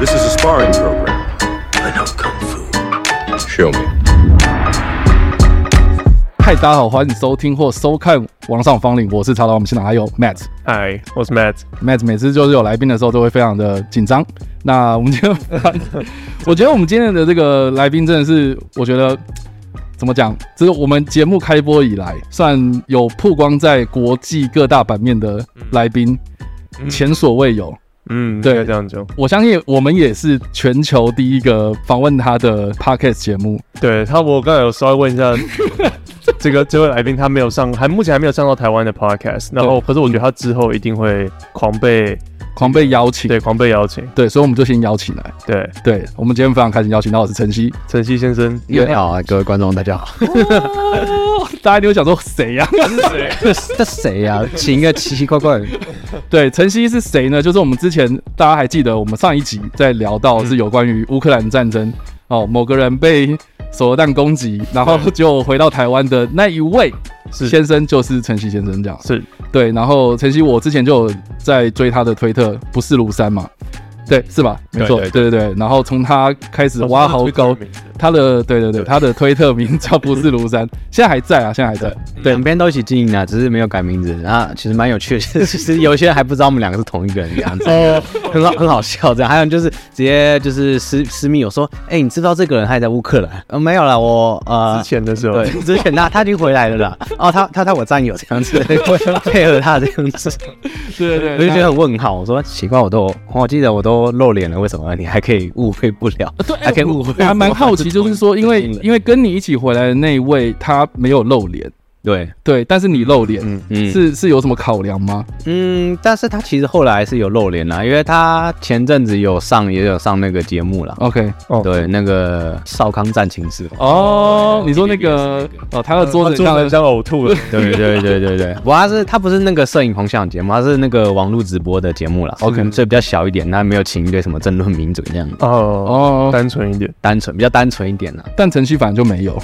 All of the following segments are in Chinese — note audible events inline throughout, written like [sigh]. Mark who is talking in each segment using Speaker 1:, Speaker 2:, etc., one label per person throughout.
Speaker 1: sparring program. I know kung fu. Show me.
Speaker 2: 嗨，大家好，欢迎收听或收看《网上芳龄》，我是查到我们现场还有 Matt。
Speaker 3: 嗨，我是 Matt。
Speaker 2: Matt 每次就是有来宾的时候都会非常的紧张。那我们今天， [laughs] 我觉得我们今天的这个来宾真的是，我觉得怎么讲，这是我们节目开播以来算有曝光在国际各大版面的来宾，前所未有。
Speaker 3: 嗯，
Speaker 2: 对
Speaker 3: 应该这样讲。
Speaker 2: 我相信我们也是全球第一个访问他的 podcast 节目。
Speaker 3: 对他，我刚才有稍微问
Speaker 2: [laughs]
Speaker 3: 一下这个这位来宾，他没有上，还目前还没有上到台湾的 podcast。然后，可是我觉得他之后一定会狂被
Speaker 2: 狂被邀请，
Speaker 3: 对狂被邀请。
Speaker 2: 对，所以我们就先邀请来。
Speaker 3: 对，
Speaker 2: 对我们今天非常开心邀请到我是晨曦，
Speaker 3: 晨曦先生，
Speaker 4: 你好啊，各位观 [laughs] 众，大家好。
Speaker 2: 大家一定会想说谁 [laughs] 呀、
Speaker 4: 这这谁呀？请一个奇奇怪怪 [laughs] 的。
Speaker 2: 对，晨曦是谁呢？就是我们之前大家还记得，我们上一集在聊到是有关于乌克兰战争、哦，某个人被手榴弹攻击，然后就回到台湾的那一位
Speaker 3: 是
Speaker 2: 先生，就是晨曦先生这样。
Speaker 3: 是
Speaker 2: 对，然后晨曦，我之前就有在追他的推特，不是庐山嘛？对，是吧？没错，对
Speaker 5: 对
Speaker 2: 对对。然后从他开始挖壕沟，他的对对对，他的推特名叫不是庐山，现在还在啊，现在还在。对
Speaker 4: 两边都一起经营啊，只是没有改名字啊。其实蛮有趣的， [laughs] 其实有些人还不知道我们两个是同一个人的样 [laughs] 子，很好很好笑这样。还有就是直接就是私私密我说，哎、你知不知道这个人他也在乌克兰？呃，没有啦，我呃
Speaker 3: 之前的时候，
Speaker 4: 对，之前他他已经回来了啦。哦，他他他我战友这样子， [laughs] 配合他这样 [laughs] 子，
Speaker 2: 对对
Speaker 4: 我就
Speaker 2: 对，
Speaker 4: 觉得很问号。我说奇怪，我都我记得我都露脸了，为什么你还可以误会不了？
Speaker 2: 对，哎
Speaker 4: 还可以误会
Speaker 2: 我还蛮好奇，就是说，因为
Speaker 4: 同一个人
Speaker 2: 因为跟你一起回来的那一位，他没有露脸，
Speaker 4: 对，
Speaker 2: 对，但是你露脸，
Speaker 4: 嗯
Speaker 2: 是是有什么考量吗？
Speaker 4: 嗯，但是他其实后来是有露脸啊啦，因为他前阵子有上也有上那个节目啦。
Speaker 2: OK，
Speaker 3: 哦
Speaker 4: 对，那个少康战情室，
Speaker 2: 哦，你说那个哦，他的桌
Speaker 3: 他
Speaker 2: 子
Speaker 3: 做
Speaker 2: 上
Speaker 3: 成
Speaker 2: 的
Speaker 3: 像呕吐
Speaker 2: [laughs]
Speaker 3: 了。
Speaker 4: 对对对对对，我他是他不是那个摄影棚像节目，他是那个网络直播的节目啦。OK，所以比较小一点，他没有请一堆什么政论名嘴这样，
Speaker 3: 哦，
Speaker 2: 哦，
Speaker 3: 单纯一点。
Speaker 4: 单纯比较单纯一点啦。
Speaker 2: 但陈曦反正就没有。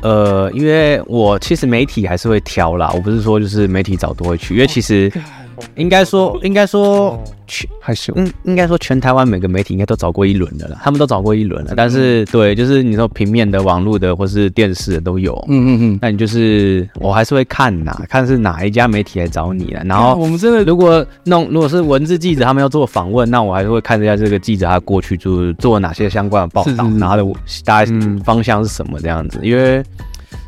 Speaker 4: 呃，因为我其实媒体还是会挑啦，我不是说就是媒体早都会去，因为其实应该说应该说去
Speaker 3: 害羞，
Speaker 4: 嗯，应该说全台湾每个媒体应该都找过一轮的了啦，他们都找过一轮了。但是
Speaker 2: 嗯
Speaker 4: 对，就是你说平面的、网络的或是电视的都有。
Speaker 2: 嗯嗯嗯。
Speaker 4: 那你就是我还是会看呐，看是哪一家媒体来找你了。然
Speaker 2: 啊
Speaker 4: 后
Speaker 2: 我们真的
Speaker 4: 如果弄如果是文字记者，他们要做访问，那我还是会看一下这个记者他过去就是做哪些相关的报
Speaker 2: 是是
Speaker 4: 道，
Speaker 2: 是
Speaker 4: 然后他的大概
Speaker 3: 嗯
Speaker 4: 方向是什么这样子，因为。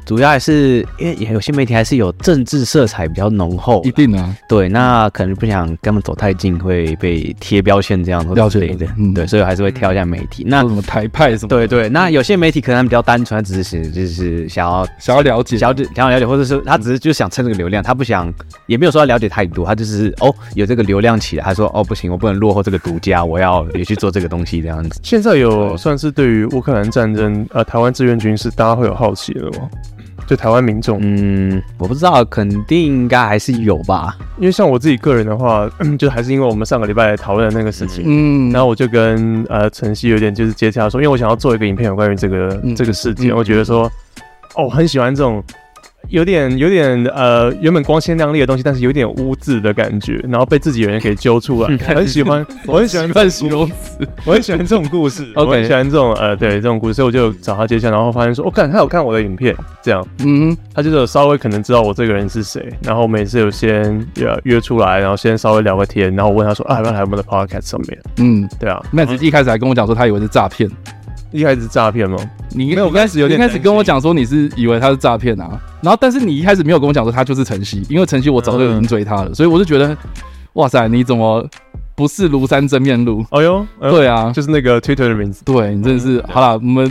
Speaker 4: 主要还是因为有些媒体还是有政治色彩比较浓厚啦，
Speaker 2: 一定啊，
Speaker 4: 对，那可能不想跟他们走太近，会被贴标签这样或者
Speaker 2: 了解
Speaker 4: 之类的
Speaker 2: 嗯。
Speaker 4: 对，所以我还是会挑一下媒体。那
Speaker 2: 说什么台派什么，
Speaker 4: 对对，那有些媒体可能他们比较单纯，他只是就是想要
Speaker 2: 想要了解，
Speaker 4: 想要想要了解，或者是他只是就想蹭这个流量，他不想也没有说要了解太多，他就是哦有这个流量起来，他说哦不行，我不能落后这个独家，我要也去做这个东西这样子。
Speaker 3: 现在有算是对于乌克兰战争，呃，台湾志愿军是大家会有好奇了吗？就台湾民众，
Speaker 4: 嗯，我不知道，肯定应该还是有吧。
Speaker 3: 因为像我自己个人的话， [clears throat] 就还是因为我们上个礼拜讨论的那个事情，
Speaker 2: 嗯，
Speaker 3: 然后我就跟呃晨曦有点就是接洽说，因为我想要做一个影片有关于这个、
Speaker 2: 嗯
Speaker 3: 这个事件，
Speaker 2: 嗯
Speaker 3: 我觉得说，哦，我很喜欢这种有点有点呃原本光鲜亮丽的东西，但是有点污渍的感觉，然后被自己人给揪
Speaker 2: [laughs]
Speaker 3: 出来，很喜欢，我很喜欢，
Speaker 2: 乱形容词，
Speaker 3: [laughs] 我很喜欢这种故事
Speaker 2: OK
Speaker 3: 我很喜欢这种呃对这种故事，所以我就找他接洽，然后发现说，我、哦、看他有看我的影片，这样
Speaker 2: 嗯，
Speaker 3: 他就是有稍微可能知道我这个人是谁，然后每次有先呃约出来，然后先稍微聊个天，然后我问他说，啊，要不要来我们的 podcast 上面？
Speaker 2: 嗯
Speaker 3: 对啊，
Speaker 2: ，Matt 一开始还跟我讲说他以为是诈骗，
Speaker 3: 一开始是诈骗吗？
Speaker 2: 你你
Speaker 3: 没有
Speaker 2: 一开
Speaker 3: 我开始有点
Speaker 2: 你一开始
Speaker 3: 担心
Speaker 2: 跟我讲说你是以为他是诈骗啊，然后但是你一开始没有跟我讲说他就是晨曦，因为晨曦我早就已经追他了，所以我就觉得，哇塞，你怎么不是庐山真面目？
Speaker 3: 哎
Speaker 2: [laughs]
Speaker 3: 呦，哎呦
Speaker 2: 对啊，
Speaker 3: 就是那个 Twitter 的名字。
Speaker 2: 对你真的
Speaker 3: 嗯
Speaker 2: 是好了，我们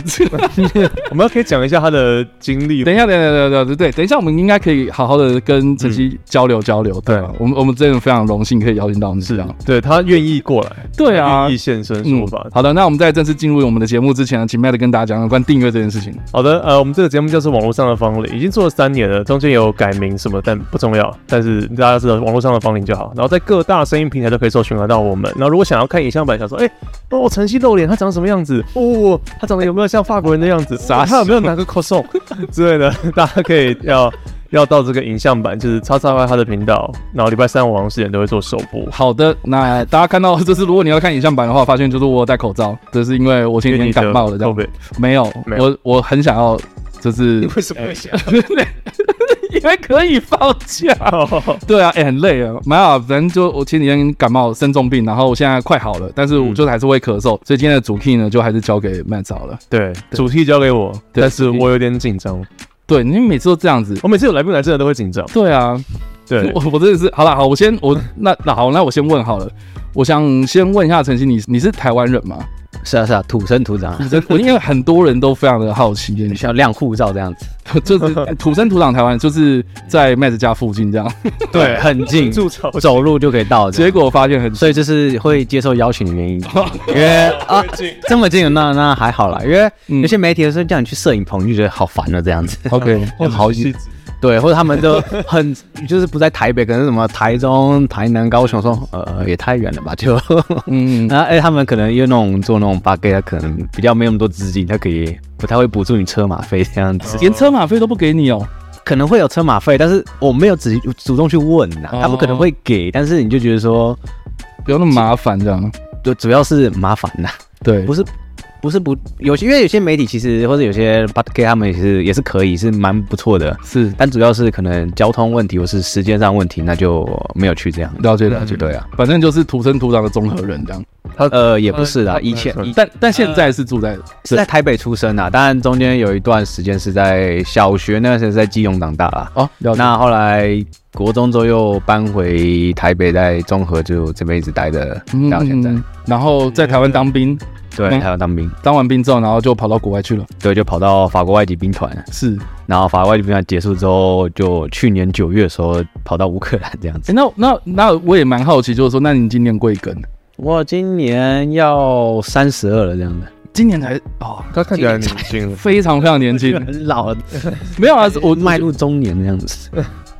Speaker 3: 我们要可以讲一下他的经历。
Speaker 2: 等一下，等一下，等一下，对对，等一下，我们应该可以好好的跟晨曦交流交流，对吧？我们我们真的非常荣幸可以邀请到你，
Speaker 3: 是
Speaker 2: 这样
Speaker 3: 啊，对他愿意过来，
Speaker 2: 对啊
Speaker 3: 愿意现身说法。
Speaker 2: 好的，那我们在正式进入我们的节目之前呢，啊请 Matt 跟大家讲有关订阅这件事情。
Speaker 3: 好的，呃，我们这个节目叫做《网络上的芳龄》，已经做了三年了，中间有改名什么，但不重要。但是大家知道网络上的芳龄就好。然后在各大声音平台都可以搜寻得到我们。然后如果想要看影像版，想说，哎、哦，晨曦露脸，他长什么样子？哦，他长得有没有像法国人的样子？
Speaker 2: 傻
Speaker 3: 哦他有没有拿个 c o s o 之类的？大家可以要要到这个影像版，就是叉叉 Y 他的频道，然后礼拜三晚上十点都会做首播。
Speaker 2: 好的，那大家看到这次，如果你要看影像版的话，发现就是我有戴口罩，这是因为我前几天感冒了，这样
Speaker 3: 对，
Speaker 2: 没有，
Speaker 3: 没有
Speaker 2: 我我很想要，就是
Speaker 4: 为什么会想？
Speaker 2: 因为可以放假。
Speaker 3: 哦
Speaker 2: 对啊，哎、很累啊，没有啊，反正就我前几天感冒生重病，然后我现在快好了，但是我就还是会咳嗽，所以今天的主 key 呢，就还是交给 Matt 好了。 [laughs]
Speaker 3: 对，主题交给我，
Speaker 2: 对
Speaker 3: 但是我有点紧张。
Speaker 2: 对，你每次都这样子。
Speaker 3: 我每次有来宾来，真的都会紧张。
Speaker 2: 对啊，
Speaker 3: 对，
Speaker 2: 我我真的是好了，好，我先我那那好，那我先问好了，我想先问一下陈曦，你你是台湾人吗？
Speaker 4: 是啊是啊，土 [laughs] 生土长，
Speaker 2: 真我因为很多人都非常的好奇，
Speaker 4: 需要亮护照这样子，
Speaker 2: [laughs]
Speaker 4: [laughs]
Speaker 2: 就是土生土长台湾，就是在 Matt 家附近这样，
Speaker 3: 对
Speaker 4: 很近，
Speaker 3: 住草
Speaker 4: 走路就可以到。
Speaker 2: 结，果发现很
Speaker 4: 所以这是会接受邀请的原 [laughs] 因，因为啊这么近，那那还好啦，因为
Speaker 2: 嗯
Speaker 4: 有些媒体有时候叫你去摄影棚，你就觉得好烦了这 [laughs] 样子。
Speaker 2: OK，
Speaker 4: 好几对，或者他们都很 [laughs] 就是不在台北，可能是什么台中、台南、高雄，说呃也太远了吧就。 [laughs]
Speaker 2: 嗯，
Speaker 4: 然后哎、他们可能因为那种做那种 bug，他可能比较没有那么多资金，他可以不太会补助你车马费这样子，
Speaker 2: 连车马费都不给你哦、
Speaker 4: 可能会有车马费，但是我没有仔细主动去问呐、
Speaker 2: 哦
Speaker 4: 他们可能会给，但是你就觉得说，
Speaker 2: 不要那么麻烦这样。
Speaker 4: 就主要是麻烦呐、
Speaker 2: 对
Speaker 4: 哦不，是不是不有些因为有些媒体其实或者有些 bug 他们也是也是可以是蛮不错的，
Speaker 2: 是
Speaker 4: 但主要是可能交通问题或是时间上问题，那就没有去这样。
Speaker 2: 了解了解，
Speaker 4: 对啊，
Speaker 2: 反正就是土生土长的综合人这样。
Speaker 4: 呃，也不是啦，
Speaker 3: 呃
Speaker 4: 以前
Speaker 3: 呃
Speaker 4: 以
Speaker 2: 但但现在是住在
Speaker 4: 是在台北出生啊，当然中间有一段时间是在小学那段时间是在基隆长大啦。
Speaker 2: 哦，了解。
Speaker 4: 那后来国中之后又搬回台北，在中和就这边一直待着，
Speaker 2: 嗯
Speaker 4: 待到现在。
Speaker 2: 然后在台湾当兵，
Speaker 4: 对，
Speaker 2: 嗯
Speaker 4: 还有当兵，
Speaker 2: 当完兵之后，然后就跑到国外去了。
Speaker 4: 对，就跑到法国外籍兵团，
Speaker 2: 是，
Speaker 4: 然后法国外籍兵团结束之后，就去年九月的时候跑到乌克兰这样子。
Speaker 2: 诶那那那我也蛮好奇，就是说，那你今年贵庚？
Speaker 4: 我今年要三十二了，这样子，
Speaker 2: 今年才哦，
Speaker 3: 他看起来很年轻了。
Speaker 2: 非常非常年
Speaker 4: [laughs]
Speaker 2: 轻。
Speaker 4: 很老了，
Speaker 2: 没有啊，我
Speaker 4: 我迈入中年这样子，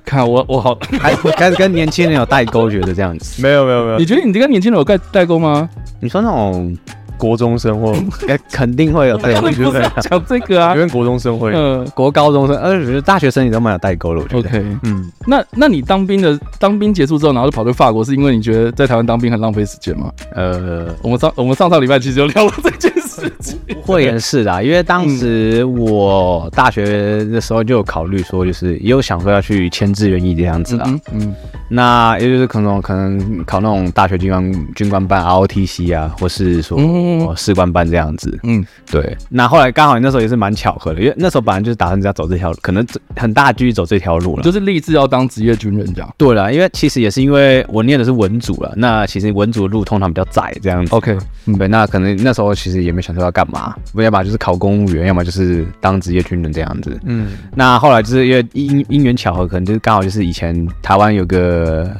Speaker 2: 看我我好，
Speaker 4: 开始开始跟年轻人有代沟，觉得这样子。
Speaker 3: 没有没有没
Speaker 2: [laughs]
Speaker 3: 有
Speaker 2: 你，觉得你这个年轻人有代代沟吗？
Speaker 4: 你说那种
Speaker 3: 国中生或
Speaker 4: 呃肯定会有
Speaker 2: [laughs]
Speaker 4: 代沟，
Speaker 2: 不
Speaker 4: 我觉
Speaker 2: 是
Speaker 4: 得 [laughs]
Speaker 2: 讲这个啊
Speaker 3: 因，为国中生会，
Speaker 2: 嗯
Speaker 4: 国高中生，而且我觉得大学生也都蛮有代沟了，我觉得。
Speaker 2: ，OK。
Speaker 3: 嗯，
Speaker 2: 那那你当兵的当兵结束之后，然后就跑去法国，是因为你觉得在台湾当兵很浪费时间吗？
Speaker 4: 呃，
Speaker 2: 我们上我们上上礼拜其实就聊了这件事情。
Speaker 4: 会员是啦，因为当时我大学的时候就有考虑说，就是也有想说要去签志愿役这样子啦。
Speaker 2: 嗯嗯，
Speaker 4: 那也就是可能可能考那种大学军官军官班 ROTC 啊，或是说
Speaker 2: 嗯
Speaker 4: 哦士官班这样子。
Speaker 2: 嗯，
Speaker 4: 对。那后来刚好那时候也是蛮巧合的，因为那时候本来就是打算要走这条，可能很大几率走这条路了
Speaker 2: 就。是立志要当职业军人这样。
Speaker 4: 对了，因为其实也是因为我念的是文组了，那其实文组的路通常比较窄这样子。
Speaker 2: OK，
Speaker 4: 嗯对，那可能那时候其实也没想说要干嘛，要么就是考公务员，要么就是当职业军人这样子。
Speaker 3: 嗯，
Speaker 4: 那后来就是因为因因缘巧合，可能就是刚好就是以前台湾有个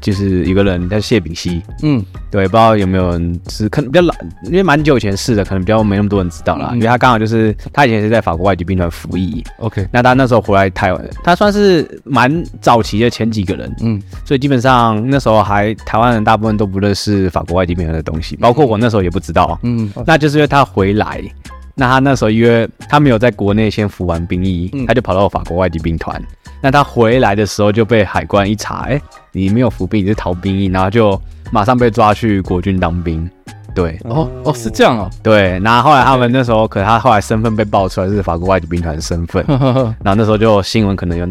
Speaker 4: 就是有个人叫谢炳熙，
Speaker 2: 嗯，
Speaker 4: 对，不知道有没有人是可能比较老，因为蛮久以前是的，可能比较没那么多人知道啦。
Speaker 2: 嗯
Speaker 4: 因为他刚好就是他以前是在法国外籍兵团服役，
Speaker 2: OK，
Speaker 4: 那他那时候回来台湾，他算是蛮早期的前几个人，
Speaker 2: 嗯，
Speaker 4: 所以基本上那时候还台湾人大部分都不认识法国外籍兵团的东西，包括我那时候也不知道。
Speaker 2: 嗯
Speaker 4: 那就是因为他回来，那他那时候因为他没有在国内先服完兵役，
Speaker 2: 嗯
Speaker 4: 他就跑到法国外籍兵团。那他回来的时候就被海关一查，哎、你没有服兵，你是逃兵役，然后就马上被抓去国军当兵。对
Speaker 2: 哦哦是这 [laughs] 样哦
Speaker 4: 对，那后来他们那时候，可他后来身份被爆出来是法国外籍兵团的身份，
Speaker 2: 呵呵呵，
Speaker 4: 然后那时候就新闻可能有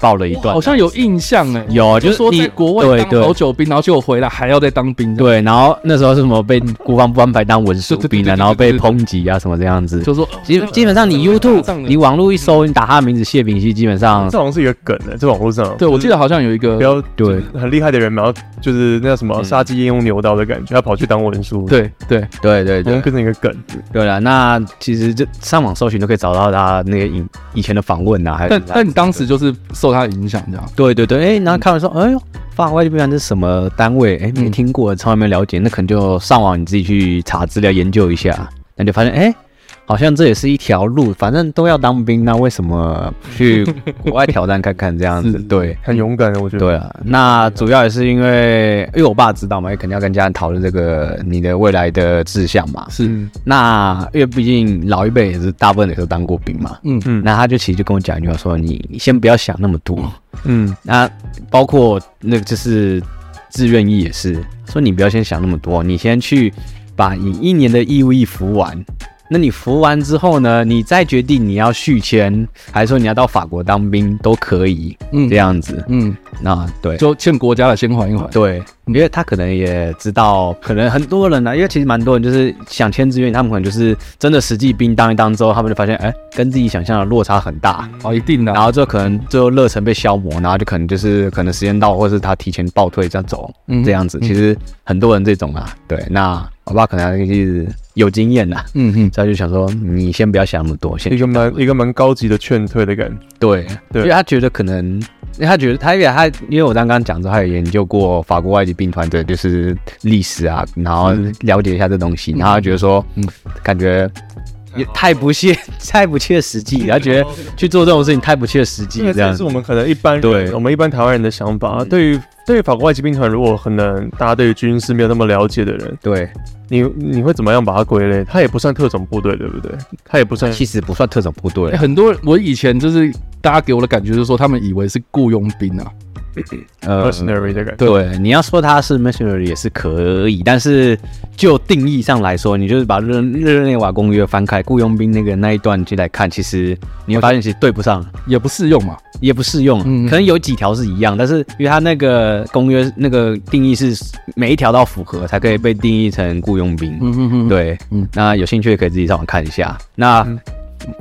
Speaker 4: 报了一段，
Speaker 2: 好像有印象哎，
Speaker 4: 啊有啊
Speaker 2: 就
Speaker 4: 就是是
Speaker 2: 说
Speaker 4: 你
Speaker 2: 在国外
Speaker 4: 对
Speaker 2: 当好
Speaker 4: 对
Speaker 2: 久兵，然后结果回来还要再当兵，，
Speaker 4: 对，然后那时候是什么被国防部安排当文书
Speaker 2: 对对对
Speaker 4: 兵
Speaker 2: 对
Speaker 4: 啊，
Speaker 2: 对
Speaker 4: 然后被
Speaker 2: 对对
Speaker 4: 抨击啊什么这样子，
Speaker 2: 就说
Speaker 4: 基基本上你 YouTube 你
Speaker 2: 你
Speaker 4: 网络一搜，你打他的名字谢炳熙，基本上
Speaker 3: 这好像是一个梗诶，在网络上，
Speaker 2: 对我记得好像有一
Speaker 3: 比
Speaker 2: 个
Speaker 3: 较
Speaker 4: 对
Speaker 3: 很厉害的人，然后就是那叫什么
Speaker 4: 嗯
Speaker 3: 杀鸡焉用牛刀的感觉，他跑去当文书，，
Speaker 2: 对对
Speaker 4: 对对
Speaker 3: 好像
Speaker 2: 嗯
Speaker 4: 对
Speaker 3: 变成一个梗，
Speaker 4: 对了。那其实就上网搜寻都可以找到他那个以以前的访问啊，还有
Speaker 2: 但
Speaker 4: 他
Speaker 2: 但你当时就是受他的影响这样，
Speaker 4: 对对对，哎、然后看完说，哎呦，法外这边是什么单位？哎、没
Speaker 2: 嗯
Speaker 4: 听过，从来没了解，那可能就上网你自己去查资料研究一下，那就发现，哎、好像这也是一条路，反正都要当兵，那为什么去国外挑战看看这样子？
Speaker 2: 是
Speaker 4: 对，
Speaker 3: 很勇敢的，我觉得。
Speaker 4: 对啊，那主要也是因为，因为我爸知道嘛，也肯定要跟家人讨论这个你的未来的志向嘛。
Speaker 2: 是，
Speaker 4: 那因为毕竟老一辈也是大部分也都当过兵嘛，
Speaker 2: 嗯
Speaker 3: 嗯
Speaker 4: 那他就其实就跟我讲一句话说，你你先不要想那么多。
Speaker 3: 嗯
Speaker 4: 那包括那个就是志愿役也是，说你不要先想那么多，你先去把你一年的义务役服完。那你服完之后呢，你再决定你要续签，还是说你要到法国当兵都可以，
Speaker 2: 嗯
Speaker 4: 这样子。
Speaker 2: 嗯，
Speaker 4: 那对，
Speaker 2: 就欠国家的先还一还。
Speaker 4: 对，因为他可能也知道，可能很多人呢、啊因为其实蛮多人就是想签志愿，他们可能就是真的实际兵当一当之后，他们就发现，哎、跟自己想象的落差很大，
Speaker 2: 哦，一定的
Speaker 4: 然
Speaker 2: 啊，
Speaker 4: 后就可能最后热忱被消磨，然后就可能就是可能时间到，或是他提前暴退这样走，
Speaker 2: 嗯
Speaker 4: 这样子，其实很多人这种啊，对，那我爸可能就是有经验啦，
Speaker 2: 嗯嗯，
Speaker 4: 所以他就想说，你先不要想那么多，先
Speaker 3: 一个蛮一个蛮高级的劝退的感觉。
Speaker 4: 对，
Speaker 3: 对
Speaker 4: 因为他觉得可能，因为他觉得他因为他因为我刚刚讲之后，他也研究过法国外籍兵团的就是历史啊，然后
Speaker 3: 嗯
Speaker 4: 了解一下这东西，然后他觉得说，
Speaker 2: 嗯
Speaker 4: 感觉也太不切 [laughs] 太不切实际，他觉得去做这种事情太不切实际
Speaker 3: 因为
Speaker 4: 这
Speaker 3: 这
Speaker 4: 样
Speaker 3: 也是。我们可能一般人
Speaker 4: 对
Speaker 3: 我们一般台湾人的想法。对于对于法国外籍兵团，如果可能大家对于军事没有那么了解的人，
Speaker 4: 对，
Speaker 3: 你你会怎么样把它归类？它也不算特种部队，对不对？它也不
Speaker 2: 嗯
Speaker 3: 算。
Speaker 4: 其实不算特种部队
Speaker 2: 欸，很多人我以前就是大家给我的感觉就是说，他们以为是雇佣兵啊，
Speaker 4: 呃，
Speaker 3: mercenary 的感觉，
Speaker 4: 对，你要说他是 missionary 也是可以，但是就定义上来说，你就是把日日内瓦公约翻开雇佣兵那个那一段去来看，其实你会发现其实对不上。
Speaker 2: 也不适用嘛。
Speaker 4: 也不适用，
Speaker 2: 嗯
Speaker 4: 可能有几条是一样，但是因为它那个公约那个定义是每一条都要符合才可以被定义成雇佣兵。
Speaker 2: 嗯嗯嗯，
Speaker 4: 对，
Speaker 2: 嗯
Speaker 4: 那有兴趣也可以自己上网看一下。那、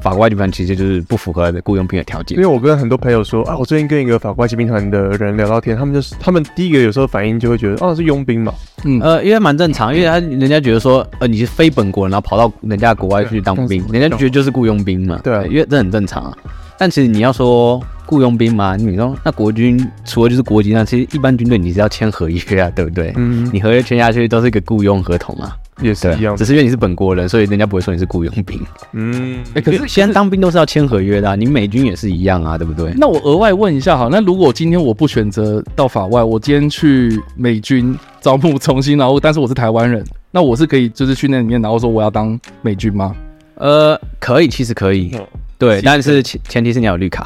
Speaker 4: 法国外籍兵其实就是不符合雇佣兵的条件
Speaker 3: 因。为我跟很多朋友说啊，我最近跟一个法国外籍兵团的人聊到天，他们就是他们第一个有时候反应就会觉得哦是佣兵嘛，
Speaker 4: 呃，因为蛮正常，因为他
Speaker 3: 嗯
Speaker 4: 人家觉得说，呃，你是非本国人，然后跑到人家国外去当兵，
Speaker 3: 对
Speaker 4: 人家就觉得就是雇佣兵嘛，
Speaker 3: 对啊
Speaker 4: 因为这很正常啊。但其实你要说雇佣兵嘛，你说那国军除了就是国籍那其实一般军队你是要签合约啊，对不对？
Speaker 3: 嗯
Speaker 4: 你合约签下去都是一个雇佣合同啊，
Speaker 3: 也是一
Speaker 4: 对啊，
Speaker 3: 样
Speaker 4: 只
Speaker 3: 的。
Speaker 4: 是因为你是本国人，所以人家不会说你是雇佣
Speaker 3: [laughs]
Speaker 4: 兵。
Speaker 3: 嗯，
Speaker 2: 哎、可是
Speaker 4: 现在当兵都是要签合约的、啊，你美军也是一样啊，对不对？
Speaker 2: 那我额外问一下，好，那如果今天我不选择到法外，我今天去美军招募 [laughs] 重新，然后但是我是台湾人，那我是可以就是去那里面，然后说我要当美军吗？ [laughs]
Speaker 4: 呃，可以，其实可以，
Speaker 3: 嗯
Speaker 4: 对，但是前前提是你要有绿卡。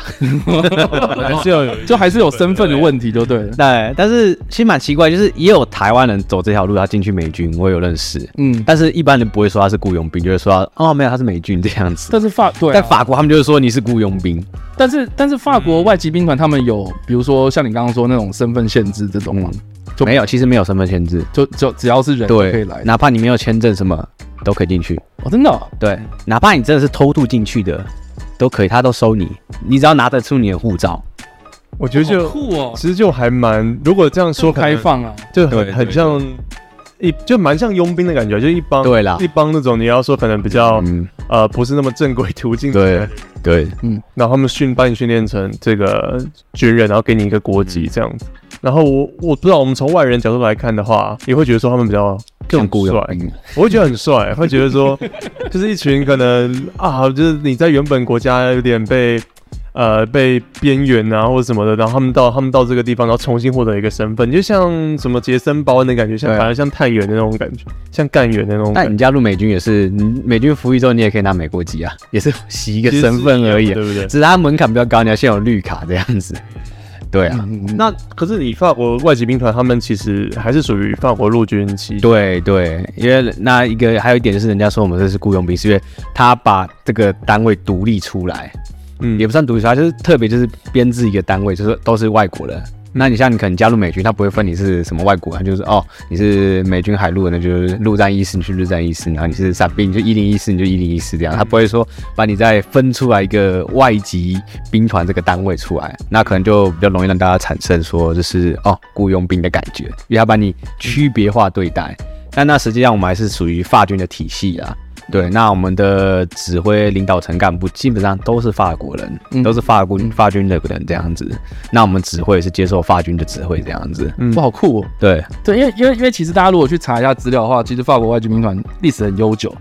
Speaker 3: 还是要有
Speaker 2: 就还是有身份的问题，就对了。
Speaker 4: 对，但是其实蛮奇怪，就是也有台湾人走这条路，他进去美军，我有认识，
Speaker 2: 嗯，
Speaker 4: 但是一般人不会说他是雇佣兵，就会说他哦没有他是美军这样子。
Speaker 3: 啊
Speaker 2: 但是法对、啊
Speaker 4: 在，法国，嗯他们就会说你是雇佣兵，
Speaker 2: 但是但是法国外籍兵团他们有，比如说像你刚刚说那种身份限制这种吗？就
Speaker 4: 没有，其实没有身份限制，
Speaker 2: 就就只要是人就可以
Speaker 4: 嗯对
Speaker 2: 来，。
Speaker 4: 哪怕你没有签证什么都可以进去，
Speaker 2: 哦，真的哦、
Speaker 4: 对，哪怕你真的是偷渡进去的，都可以，他都收你，你只要拿得出你的护照，
Speaker 3: 我觉得
Speaker 2: 好
Speaker 3: 就
Speaker 2: 酷哦，
Speaker 3: 其实就还蛮，如果这样说
Speaker 2: 说
Speaker 3: 可能
Speaker 2: 开放啊，
Speaker 3: 就
Speaker 4: 对对
Speaker 3: 很很像一就蛮像佣兵的感觉，就一帮
Speaker 4: 对啦
Speaker 3: 一帮那种你要说可能比较
Speaker 4: 嗯，
Speaker 3: 呃不是那么正规途径，
Speaker 4: 对，对，
Speaker 3: 然后他们训把你训练成这个军人，然后给你一个国籍
Speaker 4: 嗯
Speaker 3: 这样子。然后我我不知道，我们从外人角度来看的话，也会觉得说他们比较
Speaker 4: 像
Speaker 3: 更
Speaker 4: 雇佣
Speaker 3: 帅，
Speaker 4: 兵，
Speaker 3: 我会觉得很帅，会觉得说 [laughs] 就是一群可能啊，就是你在原本国家有点被呃被边缘啊或者什么的，然后他们到他们到这个地方，然后重新获得一个身份，就像什么杰森鲍恩的感觉，像
Speaker 4: 对啊
Speaker 3: 反而像太原的那种感觉，像干员的那种感
Speaker 4: 但
Speaker 3: 觉
Speaker 4: 你，加入美军也是，你美军服役之后，你也可以拿美国籍啊，也是洗一个
Speaker 3: 其实是
Speaker 4: 身份而已啊
Speaker 3: 一样的，对不对？
Speaker 4: 只是它门槛比较高，你要先有绿卡这样子。对啊，
Speaker 3: 那可是你法国外籍兵团，他们其实还是属于法国陆军旗下
Speaker 4: 对对，因为那一个还有一点就是，人家说我们这是雇佣兵，是因为他把这个单位独立出来，
Speaker 3: 嗯
Speaker 4: 也不算独立出来，就是特别就是编制一个单位，就是都是外国人。那你像你可能加入美军，他不会分你是什么外国人，就是哦你是美军海陆的，那就是陆战一师你去陆战一师，然后你是伞兵你就一零一师你就一零一师这样，他不会说把你再分出来一个外籍兵团这个单位出来，那可能就比较容易让大家产生说就是哦雇佣兵的感觉，因为他把你区别化对待。但那实际上我们还是属于法军的体系啊啦。对，那我们的指挥领导层干部基本上都是法国人，
Speaker 2: 嗯
Speaker 4: 都是法国法军的人这样子。那我们指挥也是接受法军的指挥这样子。
Speaker 3: 嗯
Speaker 2: 哇，好酷哦！
Speaker 4: 对，
Speaker 2: 对，因为因为因为其实大家如果去查一下资料的话，其实法国外籍兵团历史很悠久，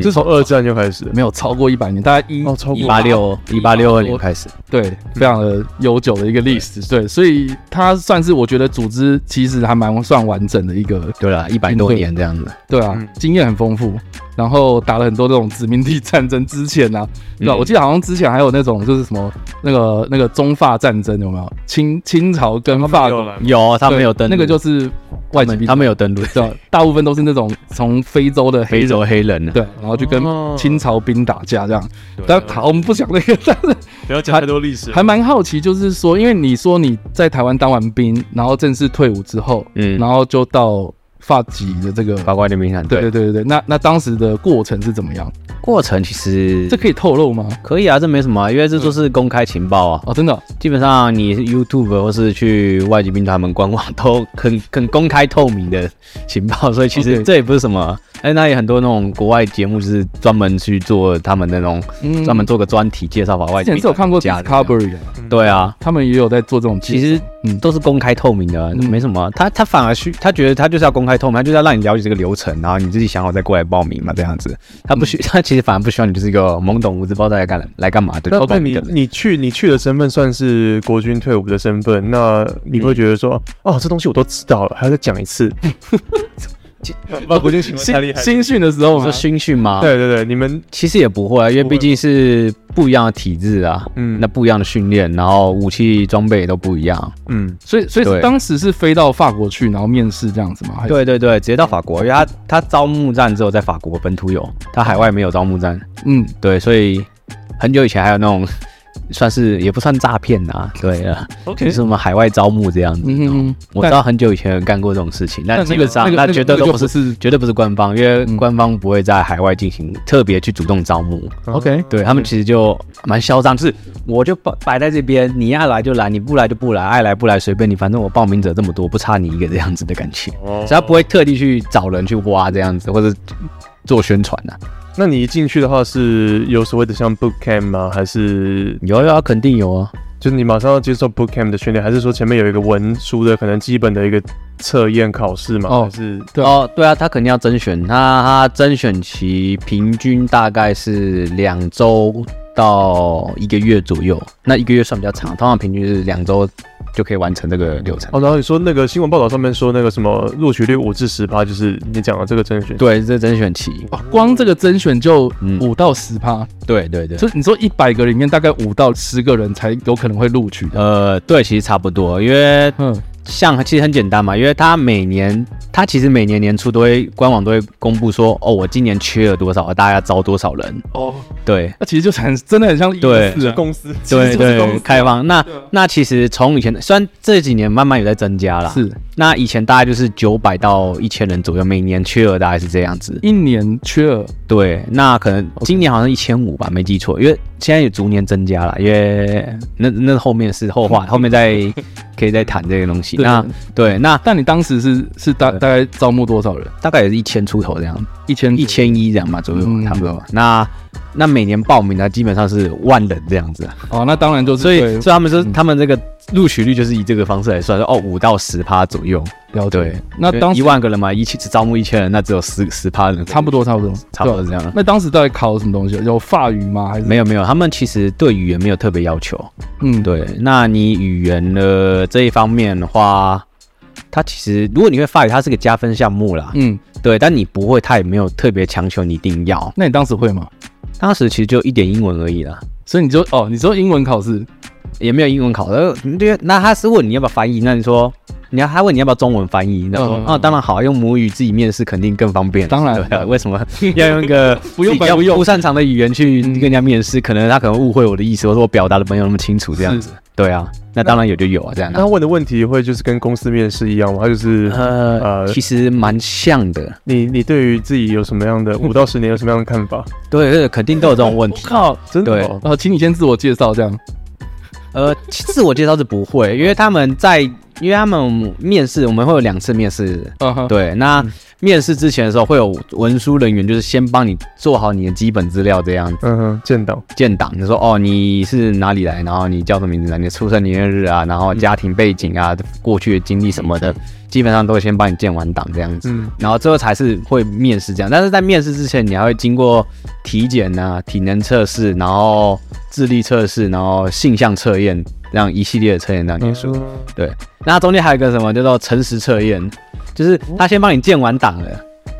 Speaker 3: 是从二战就开始了，
Speaker 2: 没有超过一百年，大概一
Speaker 3: 哦超过
Speaker 4: 一八六一八六二年开始，嗯
Speaker 2: 对，非常的悠久的一个历史，对，所以它算是我觉得组织其实还蛮算完整的一个，
Speaker 4: 对了，一百多年这样子，
Speaker 2: 对啊，
Speaker 3: 嗯
Speaker 2: 经验很丰富，然后打了很多这种殖民地战争之前啊，对吧、
Speaker 4: 嗯
Speaker 2: 我记得好像之前还有那种就是什么那个那个中法战争有没有？清清朝跟法
Speaker 3: 有
Speaker 2: 国，
Speaker 3: 了，
Speaker 4: 有他们有登
Speaker 2: 对那个就是是外籍，
Speaker 4: [laughs] 他们有登陆，
Speaker 2: 对啊，大部分都是那种从非洲的黑
Speaker 4: 非
Speaker 2: 人
Speaker 4: 洲黑人呢，啊
Speaker 2: 对，然后就跟
Speaker 3: 哦
Speaker 2: 清朝兵打架这样。
Speaker 3: 对
Speaker 2: 但好，我们不讲那个，
Speaker 4: 啊
Speaker 2: 但是
Speaker 3: 不要讲太多历史了，
Speaker 2: 还蛮好奇，就是说，因为你说你在台湾当完兵，然后正式退伍之后，
Speaker 4: 嗯
Speaker 2: 然后就到发籍的这个，
Speaker 4: 法国的民产
Speaker 2: 对对对对对，那那当时的过程是怎么样？
Speaker 4: 过程其实
Speaker 2: 这可以嗯透露吗？
Speaker 4: 可以啊，这没什么啊，因为这都是公开情报啊。
Speaker 2: 哦，真的哦，
Speaker 4: 基本上你 YouTube 或是去外籍兵团他们官网都 [laughs] 很很公开透明的情报，所以其
Speaker 2: OK
Speaker 4: 实这也不是什么。哎，那也很多那种国外节目就是专门去做他们那种
Speaker 2: 嗯
Speaker 4: 专门做个专题介绍法外
Speaker 2: 之
Speaker 4: 籍
Speaker 2: 前
Speaker 4: 兵团。
Speaker 2: 是有看过
Speaker 4: 假的这样
Speaker 2: Discovery 啊，
Speaker 4: 对啊，
Speaker 2: 他们也有在做这种介绍，
Speaker 4: 其实
Speaker 2: 嗯
Speaker 4: 都是公开透明的啊，
Speaker 2: 嗯
Speaker 4: 没什么啊。他他反而需他觉得他就是要公开透明，他就是要让你了解这个流程，然后你自己想好再过来报名嘛，这样子。他不需
Speaker 2: 嗯
Speaker 4: [laughs] 他其实反而不需要你就是一个懵懂无知，不知道在干来干嘛的
Speaker 3: 那
Speaker 4: 报
Speaker 3: 那
Speaker 4: 名
Speaker 3: 你
Speaker 4: 的人。
Speaker 3: 你去你去的身份算是国军退伍的身份，那你会觉得说，哦，这东西我都知道了，还要再讲一次。 [laughs] 把国军请问太厉
Speaker 2: 新
Speaker 3: [laughs] 害。啊
Speaker 2: 新训的时候
Speaker 4: 你
Speaker 2: 嘛
Speaker 4: 说，军训吗？
Speaker 3: 对对对，你们
Speaker 4: 其实也不会啊，因为
Speaker 3: 不会
Speaker 4: 毕竟是不一样的体制啊，
Speaker 3: 嗯
Speaker 4: 那不一样的训练，然后武器装备也都不一样。
Speaker 3: 嗯，
Speaker 2: 所以所以
Speaker 4: 对
Speaker 2: 当时是飞到法国去，然后面试这样子吗？还是，
Speaker 4: 对对对，直接到法国，因为他他招募站只有在法国本土有，他海外没有招募站。
Speaker 2: 嗯，
Speaker 4: 对，所以很久以前还有那种 [laughs] 算是也不算诈骗啊，对啊，就是什么海外招募这样子。
Speaker 2: 嗯嗯嗯
Speaker 4: 哦我知道很久以前有人干过这种事情，但
Speaker 2: 但
Speaker 4: 基
Speaker 2: 那个
Speaker 4: 本上
Speaker 2: 那个那
Speaker 4: 那
Speaker 2: 个
Speaker 4: 绝对
Speaker 2: 那个
Speaker 4: 都
Speaker 2: 就
Speaker 4: 不是
Speaker 2: 不是
Speaker 4: 绝对不是官方，因为
Speaker 2: 嗯
Speaker 4: 官方不会在海外进行特别去主动招募。
Speaker 2: OK
Speaker 4: 对他们其实就蛮嚣张，就是我就摆摆在这边，你爱来就来，你不来就不来，爱来不来随便你，反正我报名者这么多，不差你一个这样子的感觉，
Speaker 3: 哦
Speaker 4: 所以他不会特地去找人去挖这样子，或者做宣传呐、啊。
Speaker 3: 那你一进去的话是有所谓的像 boot camp 吗？还是
Speaker 4: 有啊有啊，肯定有啊。
Speaker 3: 就是你马上要接受 boot camp 的训练，还是说前面有一个文书的可能基本的一个测验考试嘛？
Speaker 2: 哦
Speaker 3: 还是
Speaker 2: 对啊
Speaker 4: 哦，对啊，他肯定要甄选，他他甄选期平均大概是两周到一个月左右，那一个月算比较长，通常平均是两周就可以完成这个流程。
Speaker 3: 哦，然后你说那个新闻报道上面说那个什么录取率五至十趴，就是你讲的这个甄选。
Speaker 4: 对，这是甄选期，
Speaker 2: 哦光这个甄选就
Speaker 4: 嗯
Speaker 2: 五到十趴，
Speaker 4: 对对对，
Speaker 2: 所以你说一百个里面大概五到十个人才有可能会录取的。
Speaker 4: 呃，对，其实差不多，因为
Speaker 2: 嗯，
Speaker 4: 像其实很简单嘛，因为他每年，他其实每年年初都会官网都会公布说，哦，我今年缺了多少，啊大家要招多少人。
Speaker 2: 哦，
Speaker 4: 对
Speaker 2: 那其实就很真的很像
Speaker 4: 对
Speaker 2: 是啊，
Speaker 3: 公司
Speaker 4: 对对，开放。那
Speaker 2: 对啊
Speaker 4: 那其实从以前，虽然这几年慢慢有在增加啦，
Speaker 2: 是
Speaker 4: 那以前大概就是九百到一千人左右，每年缺额大概是这样子。
Speaker 2: 一年缺了
Speaker 4: 对，那可能今年好像一千五吧，没记错，因为现在也逐年增加了，因为那那后面是后话，后面再可以再谈这个东西。
Speaker 2: [laughs] 对
Speaker 4: 那对，那
Speaker 2: 但你当时是是大
Speaker 4: 对
Speaker 2: 大概招募多少人？
Speaker 4: 大概也是一千出头这样，
Speaker 2: 一千
Speaker 4: 一千一这样吧左右，
Speaker 2: 嗯
Speaker 4: 差不多。那那每年报名的基本上是万人这样子，啊
Speaker 2: 哦，那当然就是
Speaker 4: 所以
Speaker 2: 对嗯
Speaker 4: 所以他们说他们这个录取率就是以这个方式来算，说哦五到十趴左右。
Speaker 2: 了解
Speaker 4: 对。
Speaker 2: 那当
Speaker 4: 一
Speaker 2: 时
Speaker 4: 万个人嘛，一千只招募一千人，那只有十十趴人，
Speaker 2: 差不多差不多
Speaker 4: 差不多
Speaker 2: 对
Speaker 4: 是这样。
Speaker 2: 那当时到底考什么东西？有法语吗？还是
Speaker 4: 没有没有，他们其实对语言没有特别要求。
Speaker 2: 嗯，
Speaker 4: 对，那你语言的这一方面的话，它其实如果你会法语，它是个加分项目啦。
Speaker 2: 嗯，
Speaker 4: 对，但你不会，它也没有特别强求你一定要。
Speaker 2: 那你当时会吗？
Speaker 4: 当时其实就一点英文而已啦，
Speaker 2: 所以你就哦，你说英文考试
Speaker 4: 也没有英文考的。对，那他是问你要不要翻译，那你说你要他问你要不要中文翻译，那说
Speaker 2: 嗯
Speaker 4: 啊、当然好，用母语自己面试肯定更方便。
Speaker 2: 当然
Speaker 4: 对啊，为什么要用一个
Speaker 2: [laughs] 不用
Speaker 4: 自己要
Speaker 2: 不用
Speaker 4: 不擅长的语言去
Speaker 2: 嗯
Speaker 4: 跟人家面试？可能他可能误会我的意思，或者我表达的没有那么清楚，这样子。
Speaker 2: 是
Speaker 4: 对啊，那当然有就有啊，这样啊。
Speaker 3: 那他问的问题会就是跟公司面试一样吗？他就是
Speaker 4: 呃，
Speaker 3: 呃
Speaker 4: 其实蛮像的，
Speaker 3: 你你对于自己有什么样的五到十年有什么样的看
Speaker 4: [laughs]
Speaker 3: 法？
Speaker 4: 对对，肯定都有这种问
Speaker 2: [laughs]
Speaker 4: 题。
Speaker 2: 靠，
Speaker 3: 真的
Speaker 4: 对
Speaker 3: 哦
Speaker 2: 哦，请你先自我介绍这样。
Speaker 4: 呃，其自我介绍是不会，因为他们在因为他们面试，我们会有两次面试。
Speaker 2: 嗯哼，
Speaker 4: [laughs] 对，那面试之前的时候会有文书人员，就是先帮你做好你的基本资料，这样
Speaker 3: 嗯哼，建档，
Speaker 4: 建档。你说哦，你是哪里来，然后你叫什么名字啊，你的出生年月日啊，然后家庭背景啊，过去的经历什么的，基本上都会先帮你建完档这样子。
Speaker 3: 嗯
Speaker 4: 然后最后才是会面试这样，但是在面试之前，你还会经过体检啊、体能测试，然后智力测试，然后性向测验，这样一系列的测验这样结束。对，那中间还有一个什么叫做诚实测验，就是他先帮你建完档了，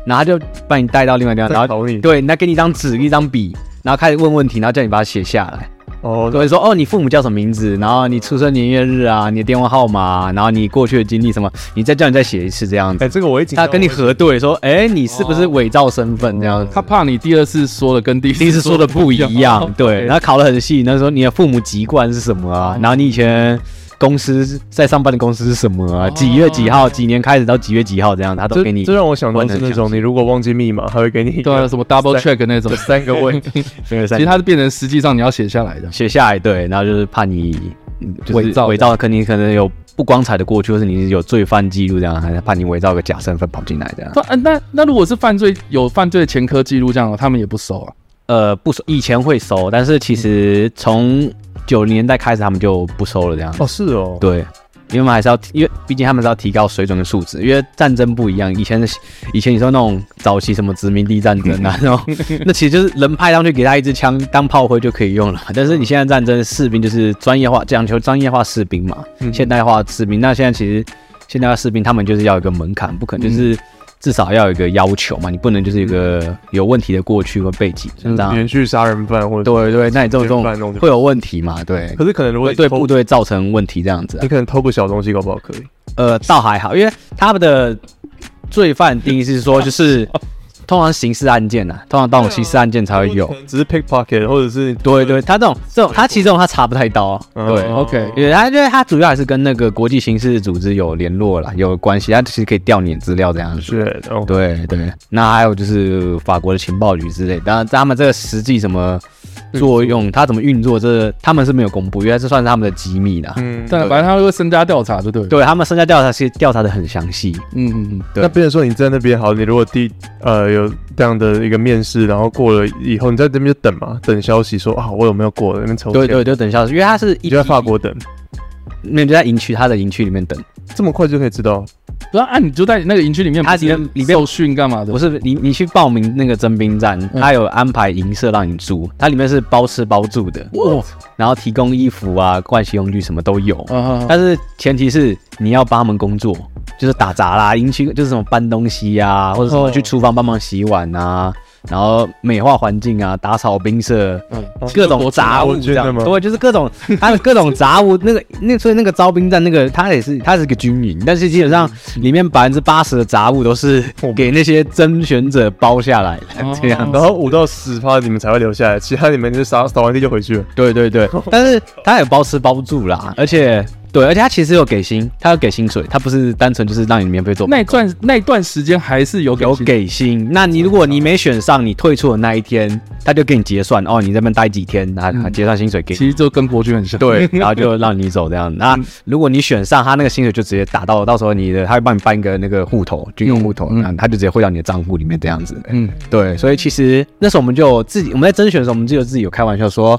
Speaker 4: 然后他就把你带到另外一个地方，
Speaker 3: 然
Speaker 4: 然后
Speaker 3: 后你
Speaker 4: 对，那给你一张纸、一张笔，然后开始问问题，然后叫你把它写下来。
Speaker 3: 哦，
Speaker 4: 所以说，哦，你父母叫什么名字？然后你出生年月日啊，你的电话号码啊、然后你过去的经历什么，你再叫你再写一次这
Speaker 3: [laughs]
Speaker 4: 样子。
Speaker 3: 哎，这个我一紧
Speaker 4: 他
Speaker 3: 张，
Speaker 4: 跟你核对说，哎、你是不是伪造身份这样子？
Speaker 2: 他怕你第二次啊说的跟第一
Speaker 4: 第一次说的
Speaker 2: [laughs]
Speaker 4: 不一样，对，
Speaker 3: 对
Speaker 4: 然后考得很细，那时候你的父母籍贯是什么啊？然后你以前公司在上班的公司是什么啊？几月几号，几年开始到几月几号这样，他都
Speaker 3: 这
Speaker 4: 给你
Speaker 3: 这让我想到
Speaker 4: 问得
Speaker 3: 是
Speaker 4: 很
Speaker 3: 那
Speaker 4: 详
Speaker 3: 种你如果忘记密码，他会给你一
Speaker 2: 对啊，
Speaker 3: 个
Speaker 2: 什么 double check 那种，
Speaker 3: 三个问题，
Speaker 4: 没
Speaker 2: [laughs]
Speaker 4: 有
Speaker 2: 其
Speaker 4: 三
Speaker 2: 实它是变成实际上你要写下来的。
Speaker 4: 写下来，对，然后就是怕你嗯就是
Speaker 2: 伪造
Speaker 4: 伪造，可你可能有不光彩的过去，或是你有罪犯记录这样，还怕你伪造个假身份跑进来这样。
Speaker 2: 不，呃那那如果是犯罪有犯罪前科记录这样哦，他们也不收啊。
Speaker 4: 呃，不收，以前会收，但是其实从九零年代开始，他们就不收了这样。
Speaker 3: 哦，是哦，
Speaker 4: 对，因为我们还是要提，因为毕竟他们是要提高水准跟素质，因为战争不一样。以前的以前你说那种早期什么殖民地战争
Speaker 3: [laughs]
Speaker 4: 啊，那种那其实就是人派上去给他一支枪当炮灰就可以用
Speaker 3: [laughs]
Speaker 4: 了。但是你现在战争士兵就是专业化，讲求专业化士兵嘛，
Speaker 3: 嗯
Speaker 4: 现代化士兵。那现在其实现代化士兵他们就是要有一个门槛，不可能
Speaker 3: 嗯
Speaker 4: 就是。至少要有一个要求嘛，你不能就是有个有问题的过去和背景，这
Speaker 3: 就是
Speaker 4: 样
Speaker 3: 连续杀人犯或者
Speaker 4: 啊对对，那你这种这
Speaker 3: 连犯那
Speaker 4: 种
Speaker 3: 种就
Speaker 4: 会有问题嘛？对，
Speaker 3: 可是可能如果
Speaker 4: 会
Speaker 3: 你
Speaker 4: 对
Speaker 3: 偷
Speaker 4: 部队造成问题这样子啊、
Speaker 3: 你可能偷个小东西搞不好可以，
Speaker 4: 呃，倒还好，因为他们的罪犯定义是说，就是
Speaker 3: [laughs]
Speaker 4: 通常刑事案件呐、啊通常到种刑事案件才会有
Speaker 3: 可。能只是 pickpocket 或者是
Speaker 4: 对对，他这种这种，他其实这种他查不太到啊、
Speaker 3: 嗯
Speaker 4: 对。
Speaker 3: 哦
Speaker 2: OK，
Speaker 4: 因为他因为他主要还是跟那个国际刑事组织有联络啦，有关系，他其实可以调你的资料这样子。
Speaker 3: 是哦，
Speaker 4: 对对，那还有就是法国的情报局之类，当然他们这个实际什么作
Speaker 3: 嗯
Speaker 4: 用，他怎么运作，这他们是没有公布，因为这算是他们的机密啦。
Speaker 3: 嗯，
Speaker 2: 但反正他会身家调查，对不对？，
Speaker 4: 对他们身家调查其实调查的很详细，
Speaker 2: 嗯嗯嗯。
Speaker 4: 对
Speaker 3: 那变成说你在那边好，你如果第呃有这样的一个面试，然后过了以后，你在这边就等嘛，等消息说啊我有没有过，那边抽
Speaker 4: 对
Speaker 3: 签
Speaker 4: 对，就等消息，因为他是一
Speaker 3: 你就在法国等，
Speaker 4: 那你就在营区，他的营区里面等。
Speaker 3: 这么快就可以知道，
Speaker 2: 不然啊，你就在那个营区里面，
Speaker 4: 他
Speaker 2: 不是
Speaker 4: 啊里面里面
Speaker 2: 受训干嘛的
Speaker 4: 不？是你，你去报名那个征兵站，
Speaker 3: 嗯
Speaker 4: 他有安排营舍让你住，它里面是包吃包住的，
Speaker 2: 哇，
Speaker 4: 然后提供衣服啊、盥洗用具什么都有。
Speaker 3: 哦
Speaker 2: 啊，
Speaker 4: 但是前提是你要帮他们工作，就是打杂啦，营区就是什么搬东西呀、或者什么
Speaker 2: 哦
Speaker 4: 去厨房帮忙洗碗啊，然后美化环境啊，打扫兵舍，
Speaker 2: 嗯
Speaker 3: 哦
Speaker 4: 各种杂物这
Speaker 3: 哦真的
Speaker 4: 样，
Speaker 3: 吗
Speaker 4: 对，就是各种他的各种杂物，那个那所以那个招兵站那个他也是他是个军营，但是基本
Speaker 2: 嗯
Speaker 4: 上里面百分之八十的杂物都是给那些甄选者包下来的
Speaker 2: 哦
Speaker 4: 这样。
Speaker 3: 然后五到十趴你们才会留下来，其他你们就扫扫完地就回去了。
Speaker 4: 对对对，
Speaker 2: 哦
Speaker 4: 但是他也包吃包住啦，而且对，而且他其实有给薪，他有给薪水，他不是单纯就是让你免费做。
Speaker 2: 那一段那一段时间还是有
Speaker 4: 有
Speaker 2: 薪
Speaker 4: 给薪，那你如果你没选上，你退出的那一天，他就给你结算哦，你这边待几天，然
Speaker 2: 嗯
Speaker 4: 后他结算薪水给你。
Speaker 2: 其实就跟国军很像。 [laughs]
Speaker 4: 对，然后就让你走这样。那
Speaker 2: 嗯
Speaker 4: 如果你选上，他那个薪水就直接打到，到时候你的他会帮你办一个那个户头，军用户头，
Speaker 2: 嗯嗯
Speaker 4: 那、他就直接汇到你的账户里面这样子。
Speaker 2: 嗯，
Speaker 4: 对，所以其实那时候我们就有自己我们在甄选的时候，我们就有自己有开玩笑说，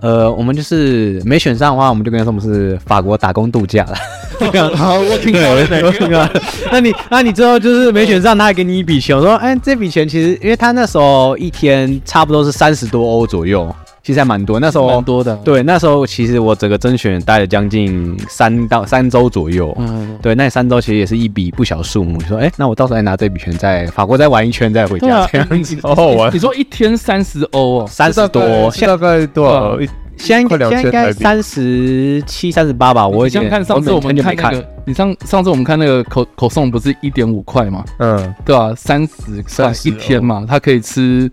Speaker 4: 呃，我们就是没选上的话，我们就跟他说我们是法国打工度假了。
Speaker 2: [laughs] 好，我听到了。
Speaker 4: 那你 [laughs] 那你最后就是没选上，他还给你一笔钱。我说，哎、这笔钱其实因为他那时候一天差不多是三十多欧左右，其实还蛮多。那时候
Speaker 2: 蛮多的
Speaker 4: 哦对，那时候其实我整个甄选待了将近三到三周左右。
Speaker 2: 嗯，
Speaker 4: 对，那三周其实也是一笔不小数目。你说，哎、那我到时候来拿这笔钱在法国再玩一圈再回
Speaker 2: 对
Speaker 4: 家，
Speaker 2: 啊
Speaker 4: 这样子。
Speaker 3: 好
Speaker 4: 哦
Speaker 3: 好玩
Speaker 2: 你，说一天三十欧哦，
Speaker 4: [laughs] 三十多，
Speaker 3: 是
Speaker 4: 现
Speaker 3: 大
Speaker 4: 在
Speaker 3: 概多少？一
Speaker 4: 哦现在
Speaker 3: 快
Speaker 4: 现
Speaker 3: 两
Speaker 4: 在
Speaker 3: 千
Speaker 4: 应该
Speaker 3: 台币。
Speaker 4: 三十七、三十八吧。我
Speaker 2: 你像看上次我
Speaker 4: 我
Speaker 2: 们
Speaker 4: 就
Speaker 2: 看
Speaker 4: 没
Speaker 2: 那
Speaker 4: 看，
Speaker 2: 个，你上上次我们看那个口口送不是一点五块嘛，
Speaker 3: 嗯，
Speaker 2: 对吧、啊？三十块
Speaker 3: 30
Speaker 2: 一天嘛，他可以吃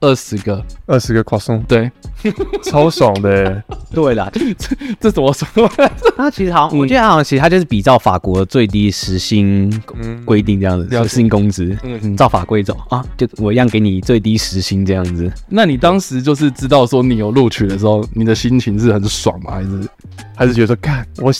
Speaker 2: 二十个，
Speaker 3: 二十个 croissant，
Speaker 2: 对， [laughs]
Speaker 3: 超爽的欸。
Speaker 4: 对啦，
Speaker 2: 这怎么说？ [laughs]
Speaker 4: 他其实好像，我
Speaker 2: 嗯
Speaker 4: 记得好像其实他就是比照法国最低时薪
Speaker 3: 嗯，
Speaker 4: 规定这样子，
Speaker 2: 了解
Speaker 4: 时薪工资，
Speaker 2: 嗯，
Speaker 4: 照法规走啊，就我一样给你最低时薪这样子。
Speaker 2: 那你当时就是知道说你有录取的时候，你的心情是很爽吗？还是
Speaker 3: 还是觉得说，看我
Speaker 2: 嗯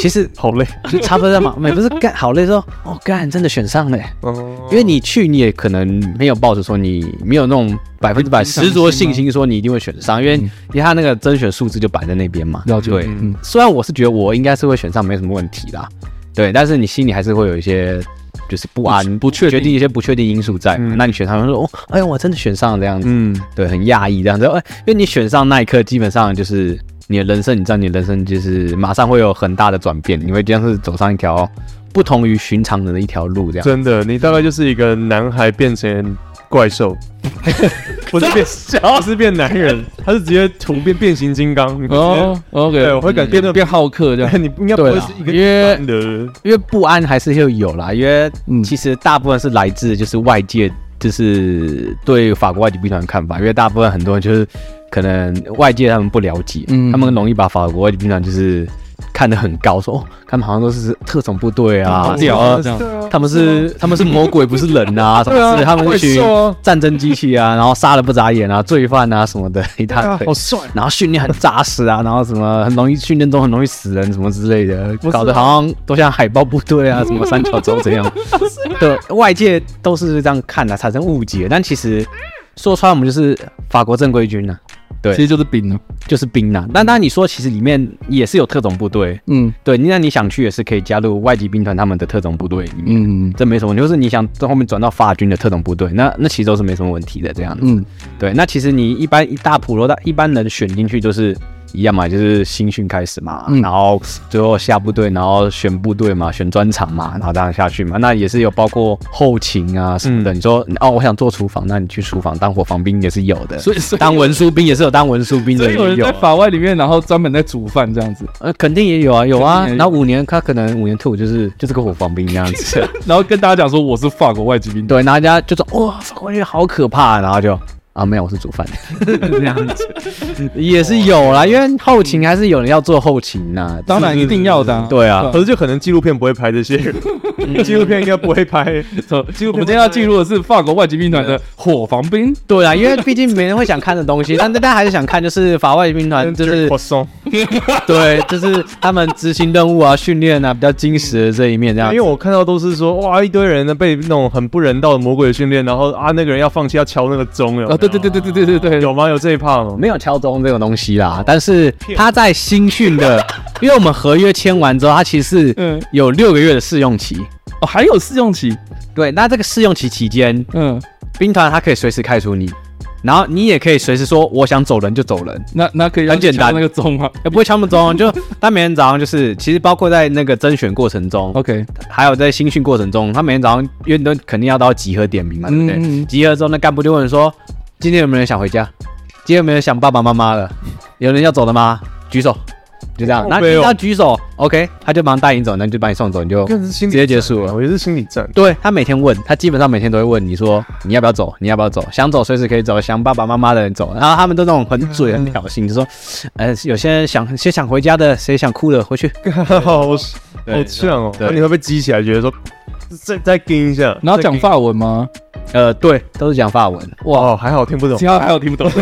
Speaker 4: 其实
Speaker 3: 好累
Speaker 4: 就差不多在忙，每不是干好累说，哦干真的选上了耶，
Speaker 3: 哦，
Speaker 4: 因为你去你也可能没有抱着说你没有那种百分之百十足的信心说你一定会选上，因为因为他那个甄选数字就摆在那边嘛。
Speaker 2: 了解
Speaker 4: 对，
Speaker 2: 嗯
Speaker 4: 虽然我是觉得我应该是会选上，没什么问题啦，对，但是你心里还是会有一些就是不安、不确定一些不确定因素在嘛。
Speaker 3: 嗯
Speaker 4: 那你选上说哦，哎呀，我真的选上了这样子，
Speaker 3: 嗯，
Speaker 4: 对，很讶异这样子。哎，因为你选上那一刻，基本上就是你的人生，你知道，你的人生就是马上会有很大的转变，你会将是走上一条不同于寻常人的一条路这样。
Speaker 3: 真的，你大概就是一个男孩变成怪 [laughs] 兽，不是变，不是变男人，他是直接突变变形金刚。你直接
Speaker 2: 哦
Speaker 3: 对，我
Speaker 2: ，OK，
Speaker 3: 会感变得
Speaker 2: 变好客这样，
Speaker 3: 你应该不
Speaker 4: 对
Speaker 3: 会
Speaker 4: 啦
Speaker 3: 是一个
Speaker 4: 因为
Speaker 3: 一般的
Speaker 4: 因为不安还是会有啦，因为
Speaker 2: 嗯
Speaker 4: 其实大部分是来自就是外界，就是对法国外籍兵团的看法，因为大部分很多人就是可能外界他们不了解，
Speaker 2: 嗯
Speaker 4: 他们容易把法国外籍兵团就是看得很高，说哦，他们好像都是特种部队啊
Speaker 2: 好，屌啊
Speaker 4: 什么
Speaker 2: 这样
Speaker 4: 他们是他们是魔鬼不是人
Speaker 2: [laughs]
Speaker 4: 啊，什么
Speaker 3: 对啊
Speaker 4: 之类，他们是一群
Speaker 3: 怪兽啊
Speaker 4: 战争机器啊，然 [laughs] 后杀了不眨眼啊，罪犯啊什
Speaker 3: [laughs]
Speaker 4: 么的一
Speaker 3: 啊
Speaker 4: 大堆
Speaker 3: 好。帅，
Speaker 4: 然后训练很扎实啊，然后什么很容易训练中很容易死人什么之类的，
Speaker 3: 是啊
Speaker 4: 搞得好像都像海豹部队
Speaker 3: [laughs]
Speaker 4: 啊，什么三角洲这样。
Speaker 3: 啊
Speaker 4: 对，外界都是这样看的、产生误解。但其实说穿，我们就是法国正规军呐、对
Speaker 2: 其实就是饼啊了，
Speaker 4: 就是兵呐、但当然你说，其实里面也是有特种部队，
Speaker 2: 嗯
Speaker 4: 对，那你想去也是可以加入外籍兵团他们的特种部队里面。
Speaker 2: 嗯
Speaker 4: 这没什么问题，就是你想在后面转到法军的特种部队，那那其实都是没什么问题的这样子。
Speaker 2: 嗯，
Speaker 4: 对，那其实你一般一大普罗大一般人选进去就是一样嘛，就是新训开始嘛，
Speaker 2: 嗯
Speaker 4: 然后最后下部队，然后选部队嘛，选专场嘛，然后当然下去嘛。那也是有包括后勤啊什
Speaker 2: 嗯
Speaker 4: 么的。你说哦，我想做厨房，那你去厨房当伙房兵也是有的，
Speaker 2: 所以所以
Speaker 4: 当文书兵也是有当文书兵
Speaker 2: 所
Speaker 4: 的，
Speaker 2: 以有啊
Speaker 4: 也
Speaker 2: 人
Speaker 4: 有
Speaker 2: 在。法外里面，然后专门在煮饭这样子，
Speaker 4: 呃，肯定也有啊，有啊
Speaker 2: 肯。定也有
Speaker 4: 然后五年他可能五年退伍就是就是个伙房兵这样子， [laughs]
Speaker 2: 然后跟大家讲说我是法国外籍兵，，
Speaker 4: 对，然后人家就说哇，法国人好可怕，然后就。啊，没有，我
Speaker 2: [laughs]
Speaker 4: 是煮饭，这样子也是有啦，因为后勤还是有人要做后勤呐、
Speaker 2: 当然一定要的啊，
Speaker 4: 对啊
Speaker 2: 对
Speaker 3: 可是就可能纪录片不会拍这些，纪录片应该不会拍。
Speaker 2: 走我们今天要进入的是法国外籍兵团的火防兵，
Speaker 4: 对啊，因为毕竟没人会想看的东西， [laughs] 但但大家还是想看，就是法外兵团，就是
Speaker 2: [laughs]
Speaker 3: 我松，
Speaker 4: 对，就是他们执行任务啊、训练啊比较精实的这一面，这样
Speaker 3: 因为我看到都是说哇，一堆人呢被那种很不人道的魔鬼训练，然后啊那个人要放弃要敲那个钟了。
Speaker 2: 啊，对对对对对对对对，
Speaker 3: 有吗？有这一趴吗？
Speaker 4: 没有敲钟这种东西啦，但是他在新训的，因为我们合约签完之后，他其实是
Speaker 2: 嗯，
Speaker 4: 有六个月的试用期，
Speaker 2: 哦，还有试用期，
Speaker 4: 对，那这个试用期期间，
Speaker 2: 嗯，
Speaker 4: 兵团它可以随时开除你，然后你也可以随时说我想走人就走人，
Speaker 2: 那那可以
Speaker 4: 很简
Speaker 2: 让
Speaker 4: 单
Speaker 2: 你敲那个钟吗
Speaker 4: 也不会敲门钟。就他每天早上就是，其实包括在那个甄选过程中，
Speaker 2: ？OK，
Speaker 4: 还有在新训过程中，他每天早上因为都肯定要到集合点名嘛，对不对？
Speaker 2: 嗯嗯嗯
Speaker 4: 集合之后，那干部就问说，今天有没有人想回家？今天有没有人想爸爸妈妈了？有人要走的吗？举手。就这样，
Speaker 3: 靠
Speaker 4: 那
Speaker 3: 背
Speaker 4: 你
Speaker 3: 哦
Speaker 4: 要举手，OK，他就马上带你走，那就把你送走，你
Speaker 2: 嗯
Speaker 4: 就
Speaker 3: 更是心理
Speaker 4: 直接结束了。
Speaker 3: 我也是心理战。
Speaker 4: 对他每天问，他基本上每天都会问你说你要不要走，你要不要走，想走随时可以走，想爸爸妈妈的人走。然后他们都那种很嘴很挑衅，就说，呃，有些人想谁想回家的，谁想哭的回去。
Speaker 3: [laughs] 好好
Speaker 4: 对
Speaker 3: 呛哦！
Speaker 4: 对
Speaker 3: 那你会不会激起来，觉得说再再跟一下？
Speaker 2: 然后
Speaker 3: 再
Speaker 2: 讲
Speaker 3: 跟
Speaker 2: 法文吗？
Speaker 4: 呃，对，都是讲法文，
Speaker 3: 哇，哦还好听不懂。
Speaker 2: 其他还有听不懂，啊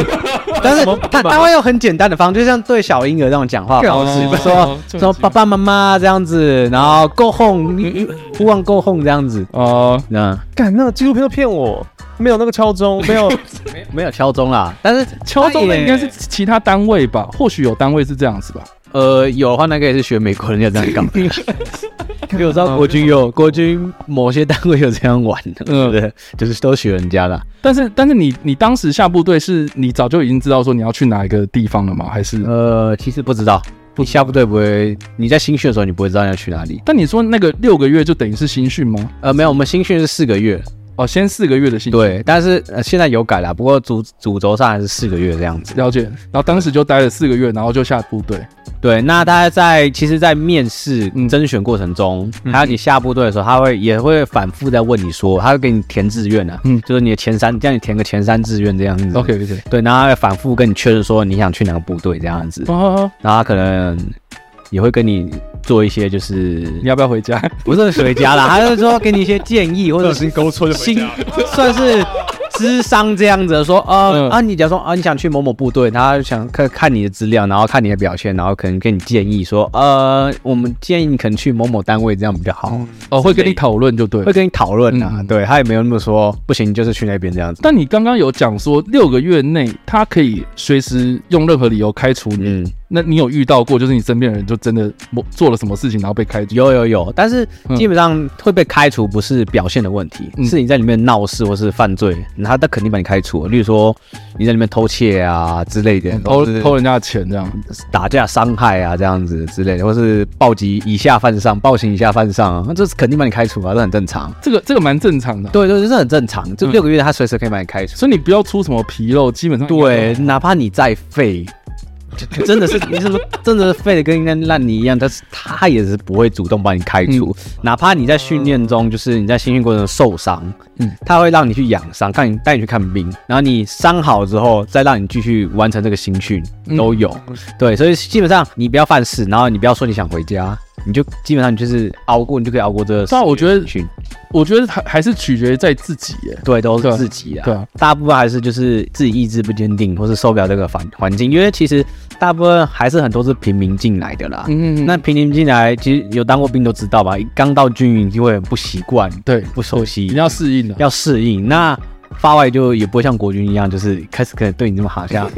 Speaker 4: 但是他他会用很简单的方式，就像对小婴儿那种讲话
Speaker 3: 更
Speaker 4: 方
Speaker 3: 好
Speaker 4: 式，
Speaker 2: 哦
Speaker 3: 奇怪
Speaker 4: 说说爸爸妈妈这样子，然后 go
Speaker 2: 嗯
Speaker 4: home，who want go home 这样子。
Speaker 2: [laughs] 哦，
Speaker 4: 嗯，
Speaker 3: 干，那个纪录片都骗我，没有那个敲
Speaker 4: [laughs]
Speaker 3: 钟，没有
Speaker 4: 没有敲钟啦，但是
Speaker 2: [laughs] 敲钟
Speaker 4: 他
Speaker 2: 的
Speaker 4: 也
Speaker 2: 应该是其他单位吧？或许有单位是这样子吧？
Speaker 4: 呃，有的话那个也是学美国人家这
Speaker 2: [laughs]
Speaker 4: 样干嘛。因为我知道国军有国军某些单位有这样玩的，
Speaker 2: 哦嗯
Speaker 4: 嗯，对，就是都学人家的。
Speaker 2: 但是但是你你当时下部队是你早就已经知道说你要去哪一个地方了吗？还是？
Speaker 4: 呃，其实不知道，你下部队不会，你在新训的时候你不会知道要去哪里。
Speaker 2: 但你说那个六个月就等于是新训吗？
Speaker 4: 呃，没有，我们新训是四个月，
Speaker 2: 哦，先四个月的新训，
Speaker 4: 对，但是呃现在有改啦，不过主主轴上还是四个月这样子。
Speaker 2: 了解。然后当时就待了四个月，然后就下部队。
Speaker 4: 对，那大家在其实，在面试
Speaker 2: 嗯
Speaker 4: 甄选过程中，还有你下部队的时候，他会也会反复在问你说，他会给你填志愿啊，
Speaker 2: 嗯
Speaker 4: 就是你的前三，叫你填个前三志愿这样子。
Speaker 2: OK OK。
Speaker 4: 对，然后他会反复跟你确认说你想去哪个部队这样子，
Speaker 2: 哦，
Speaker 4: 然后他可能也会跟你做一些就是
Speaker 2: 你要不要回
Speaker 4: [laughs]
Speaker 2: 家？ [laughs]
Speaker 4: 不是回家啦，他就说给你一些建议或
Speaker 3: 不小
Speaker 4: 者是
Speaker 3: 心勾错就回
Speaker 4: 新
Speaker 3: 家了。
Speaker 4: 算是智商这样子说，呃
Speaker 2: 嗯
Speaker 4: 啊，你假如说啊，你想去某某部队，他想看看你的资料，然后看你的表现，然后可能给你建议说，呃，我们建议你可能去某某单位这样比较好，
Speaker 2: 哦，会跟你讨论就对
Speaker 4: 会。跟你讨论啊，
Speaker 2: 嗯
Speaker 4: 对他也没有那么说不行，你就是去那边这样子，
Speaker 2: 但你刚刚有讲说六个月内他可以随时用任何理由开除你，
Speaker 4: 嗯。
Speaker 2: 那你有遇到过就是你身边的人就真的某做了什么事情然后被开除？
Speaker 4: 有有有，但是
Speaker 2: 嗯
Speaker 4: 基本上会被开除，不是表现的问题，
Speaker 2: 嗯
Speaker 4: 是你在里面闹事或是犯罪，他他肯定把你开除。例如说你在里面偷窃啊之类的，
Speaker 2: 偷
Speaker 4: 或是
Speaker 2: 偷人家的钱这样，
Speaker 4: 打架伤害啊这样子之类的，或是暴击以下犯上、暴行以下犯上啊，那这是肯定把你开除啊，这很正常。
Speaker 2: 这个这个蛮正常的啊。
Speaker 4: 对对，这是很正常。这
Speaker 2: 嗯
Speaker 4: 六个月他随时可以把你开除。
Speaker 2: 所以你不要出什么纰漏，基本上应该
Speaker 4: 对，哪怕你再废，真
Speaker 2: [laughs]
Speaker 4: 的是你是不是真的是废的跟跟烂泥一样，但是他也是不会主动把你开除，哪怕你在训练中，就是你在新训过程中受伤，
Speaker 2: 嗯
Speaker 4: 嗯，他会让你去养伤，看你带你去看病，然后你伤好之后，再让你继续完成这个新训
Speaker 2: 嗯
Speaker 4: 都有，对，所以基本上你不要犯事，然后你不要说你想回家。你就基本上你就是熬过，你就可以熬过这个四
Speaker 2: 对啊
Speaker 4: 个
Speaker 2: 我
Speaker 4: 月
Speaker 2: 觉得
Speaker 4: 的新训。
Speaker 2: 我觉得还还是取决于在自己耶。
Speaker 4: 对，都
Speaker 2: 对
Speaker 4: 是自己啊。
Speaker 2: 对啊
Speaker 4: 大部分还是就是自己意志不坚定，或是受不了这个环环境，因为其实大部分还是很多是平民进来的啦。
Speaker 2: 嗯
Speaker 4: 那平民进来，其实有当过兵都知道吧，刚到军营就会很不习惯，
Speaker 2: 对
Speaker 4: 不熟
Speaker 2: 一
Speaker 4: 悉
Speaker 2: 定，要适应的。
Speaker 4: 要适应。那发外就也不会像国军一样，就是开始可能对你这么
Speaker 2: [laughs]
Speaker 4: 好像，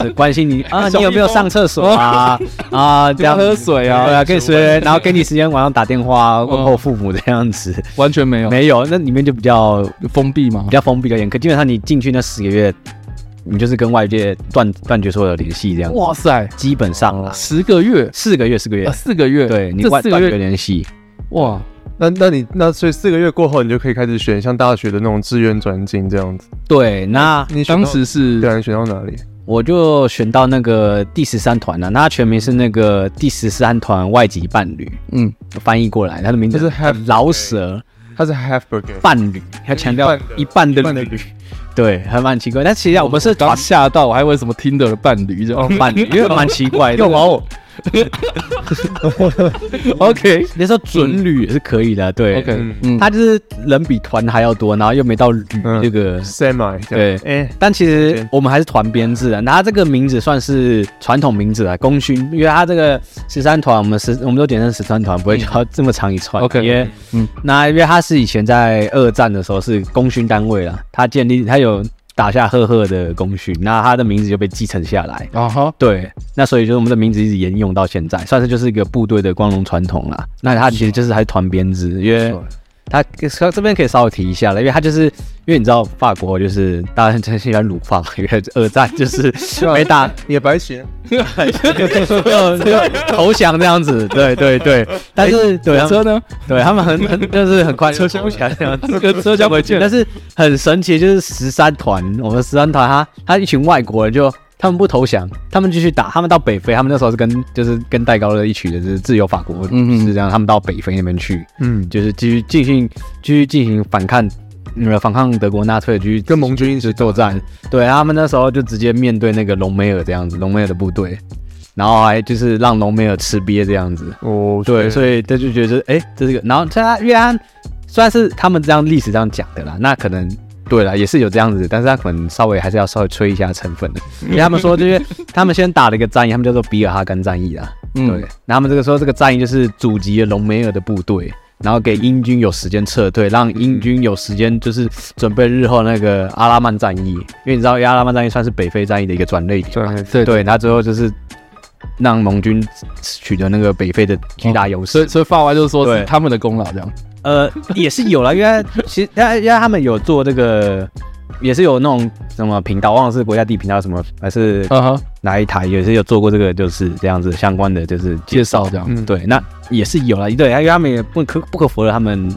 Speaker 4: 是关心你啊，
Speaker 2: 小
Speaker 4: 你有没
Speaker 2: 蜜
Speaker 4: 有
Speaker 2: 蜂
Speaker 4: 上厕所
Speaker 2: [laughs]
Speaker 4: 啊啊，这样
Speaker 2: 喝水嗯啊
Speaker 4: 对啊，跟你水，然后给你时间晚上打电话问候父母这样子，
Speaker 2: 完全没有
Speaker 4: 没有，那里面就比较
Speaker 2: 封闭吗
Speaker 4: 比？较封闭的严苛，基本上你进去那十个月，你就是跟外界断断绝所有的联系，这样
Speaker 2: 哇塞，
Speaker 4: 基本上啦，
Speaker 2: 十个月，
Speaker 4: 四个月，四个月
Speaker 2: 呃，四个月，
Speaker 4: 对你
Speaker 2: 这
Speaker 4: 外
Speaker 2: 四个
Speaker 4: 断
Speaker 2: 月，
Speaker 4: 绝联系，
Speaker 2: 哇，
Speaker 3: 那那你那所以四个月过后，你就可以开始选像大学的那种志愿转进这样子。
Speaker 4: 对，那
Speaker 3: 你选
Speaker 2: 当
Speaker 3: 到
Speaker 2: 时是
Speaker 3: 对啊，你选到哪里？
Speaker 4: 我就选到那个第十三团了，那它全名是那个第十三团外籍伴侣，
Speaker 2: 嗯，
Speaker 4: 翻译过来，它的名字
Speaker 3: 就是 half
Speaker 4: 老舍
Speaker 3: 它是 half burger，
Speaker 4: 伴侣，要强调一
Speaker 3: 一
Speaker 4: 半的
Speaker 3: 一半的
Speaker 4: 侣，对，还蛮奇怪。但其实啊我们是
Speaker 2: 刚
Speaker 4: 团
Speaker 2: 吓到，我还以为什么听的伴侣这样。
Speaker 4: 伴侣，因为蛮奇怪的，
Speaker 3: 干嘛我？
Speaker 2: OK
Speaker 4: 那时候准旅也是可以的，对
Speaker 2: OK，
Speaker 3: 嗯
Speaker 2: 嗯，
Speaker 4: 他就是人比团还要多，然后又没到旅
Speaker 3: 嗯
Speaker 4: 这个。
Speaker 3: semi 这
Speaker 4: 对
Speaker 3: 样，哎，
Speaker 4: 但其实我们还是团编制的，那他这个名字算是传统名字啊，功勋，因为他这个十三团，我们十我们都简称十三团，不会叫这么长一串。
Speaker 2: OK，
Speaker 4: 因为
Speaker 2: 嗯
Speaker 4: 嗯，那因为他是以前在二战的时候是功勋单位啦，他建立他有打下赫赫的功勋，那他的名字就被继承下来。
Speaker 2: 啊哈，
Speaker 4: 对，那所以就是我们的名字一直沿用到现在，算是就是一个部队的光荣传统啦。那它其实就是还是团编制，因为它它这边可以稍微提一下了，因为它就是因为你知道法国就是大家很喜欢辱法，因为二战就是没 [laughs] 打
Speaker 3: 也白写，
Speaker 4: [laughs] 没有没有投降这样子，对对对，但是哎对啊他们
Speaker 2: 车呢？
Speaker 4: [laughs] 对他们很很就是很快就投降这样子。
Speaker 2: 这个 [laughs] 车厢不见了
Speaker 4: 但，是很神奇，就是十三团，我们十三团他他一群外国人就。他们不投降，他们继续打。他们到北非，他们那时候是跟就是跟戴高乐一起的，就是自由法国，
Speaker 2: 嗯哼
Speaker 4: 是这样。他们到北非那边去，
Speaker 3: 嗯，
Speaker 4: 就是继续进行继续进行反抗，呃，反抗德国纳粹，继续
Speaker 3: 跟盟军一
Speaker 4: 就
Speaker 3: 起
Speaker 4: 作战。对他们那时候就直接面对那个隆美尔这样子，隆美尔的部队，然后还就是让隆美尔吃瘪这样子。
Speaker 3: 哦，
Speaker 4: 对，所以他就觉得，哎、这是个，然后他因为他虽然是他们这样历史这样讲的啦，那可能对了，也是有这样子，但是他可能稍微还是要稍微吹一下成分的，因为他们说，就是他们先打了一个战役，他们叫做比尔哈干战役啦，
Speaker 2: 嗯
Speaker 4: 对，那他们这个时候这个战役就是阻击了隆美尔的部队。然后给英军有时间撤退，让英军有时间就是准备日后那个阿拉曼战役，因为你知道阿拉曼战役算是北非战役的一个转类点，
Speaker 3: 对，
Speaker 2: 对，
Speaker 4: 对，他最后就是让盟军取得那个北非的巨大优势
Speaker 2: 所以。所以发完就是说是
Speaker 4: 对
Speaker 2: 他们的功劳这样。
Speaker 4: 哦呃，也是有了，因为其实因为因为他们有做这个，也是有那种什么频道，忘了是国家地理频道什么，还是
Speaker 2: 啊哈，
Speaker 4: 哪一台，也是有做过这个，就是这样子相关的，就是
Speaker 2: 介绍这样。
Speaker 3: 嗯，
Speaker 4: 对，那也是有了，对，因为他们也不可不可否认他们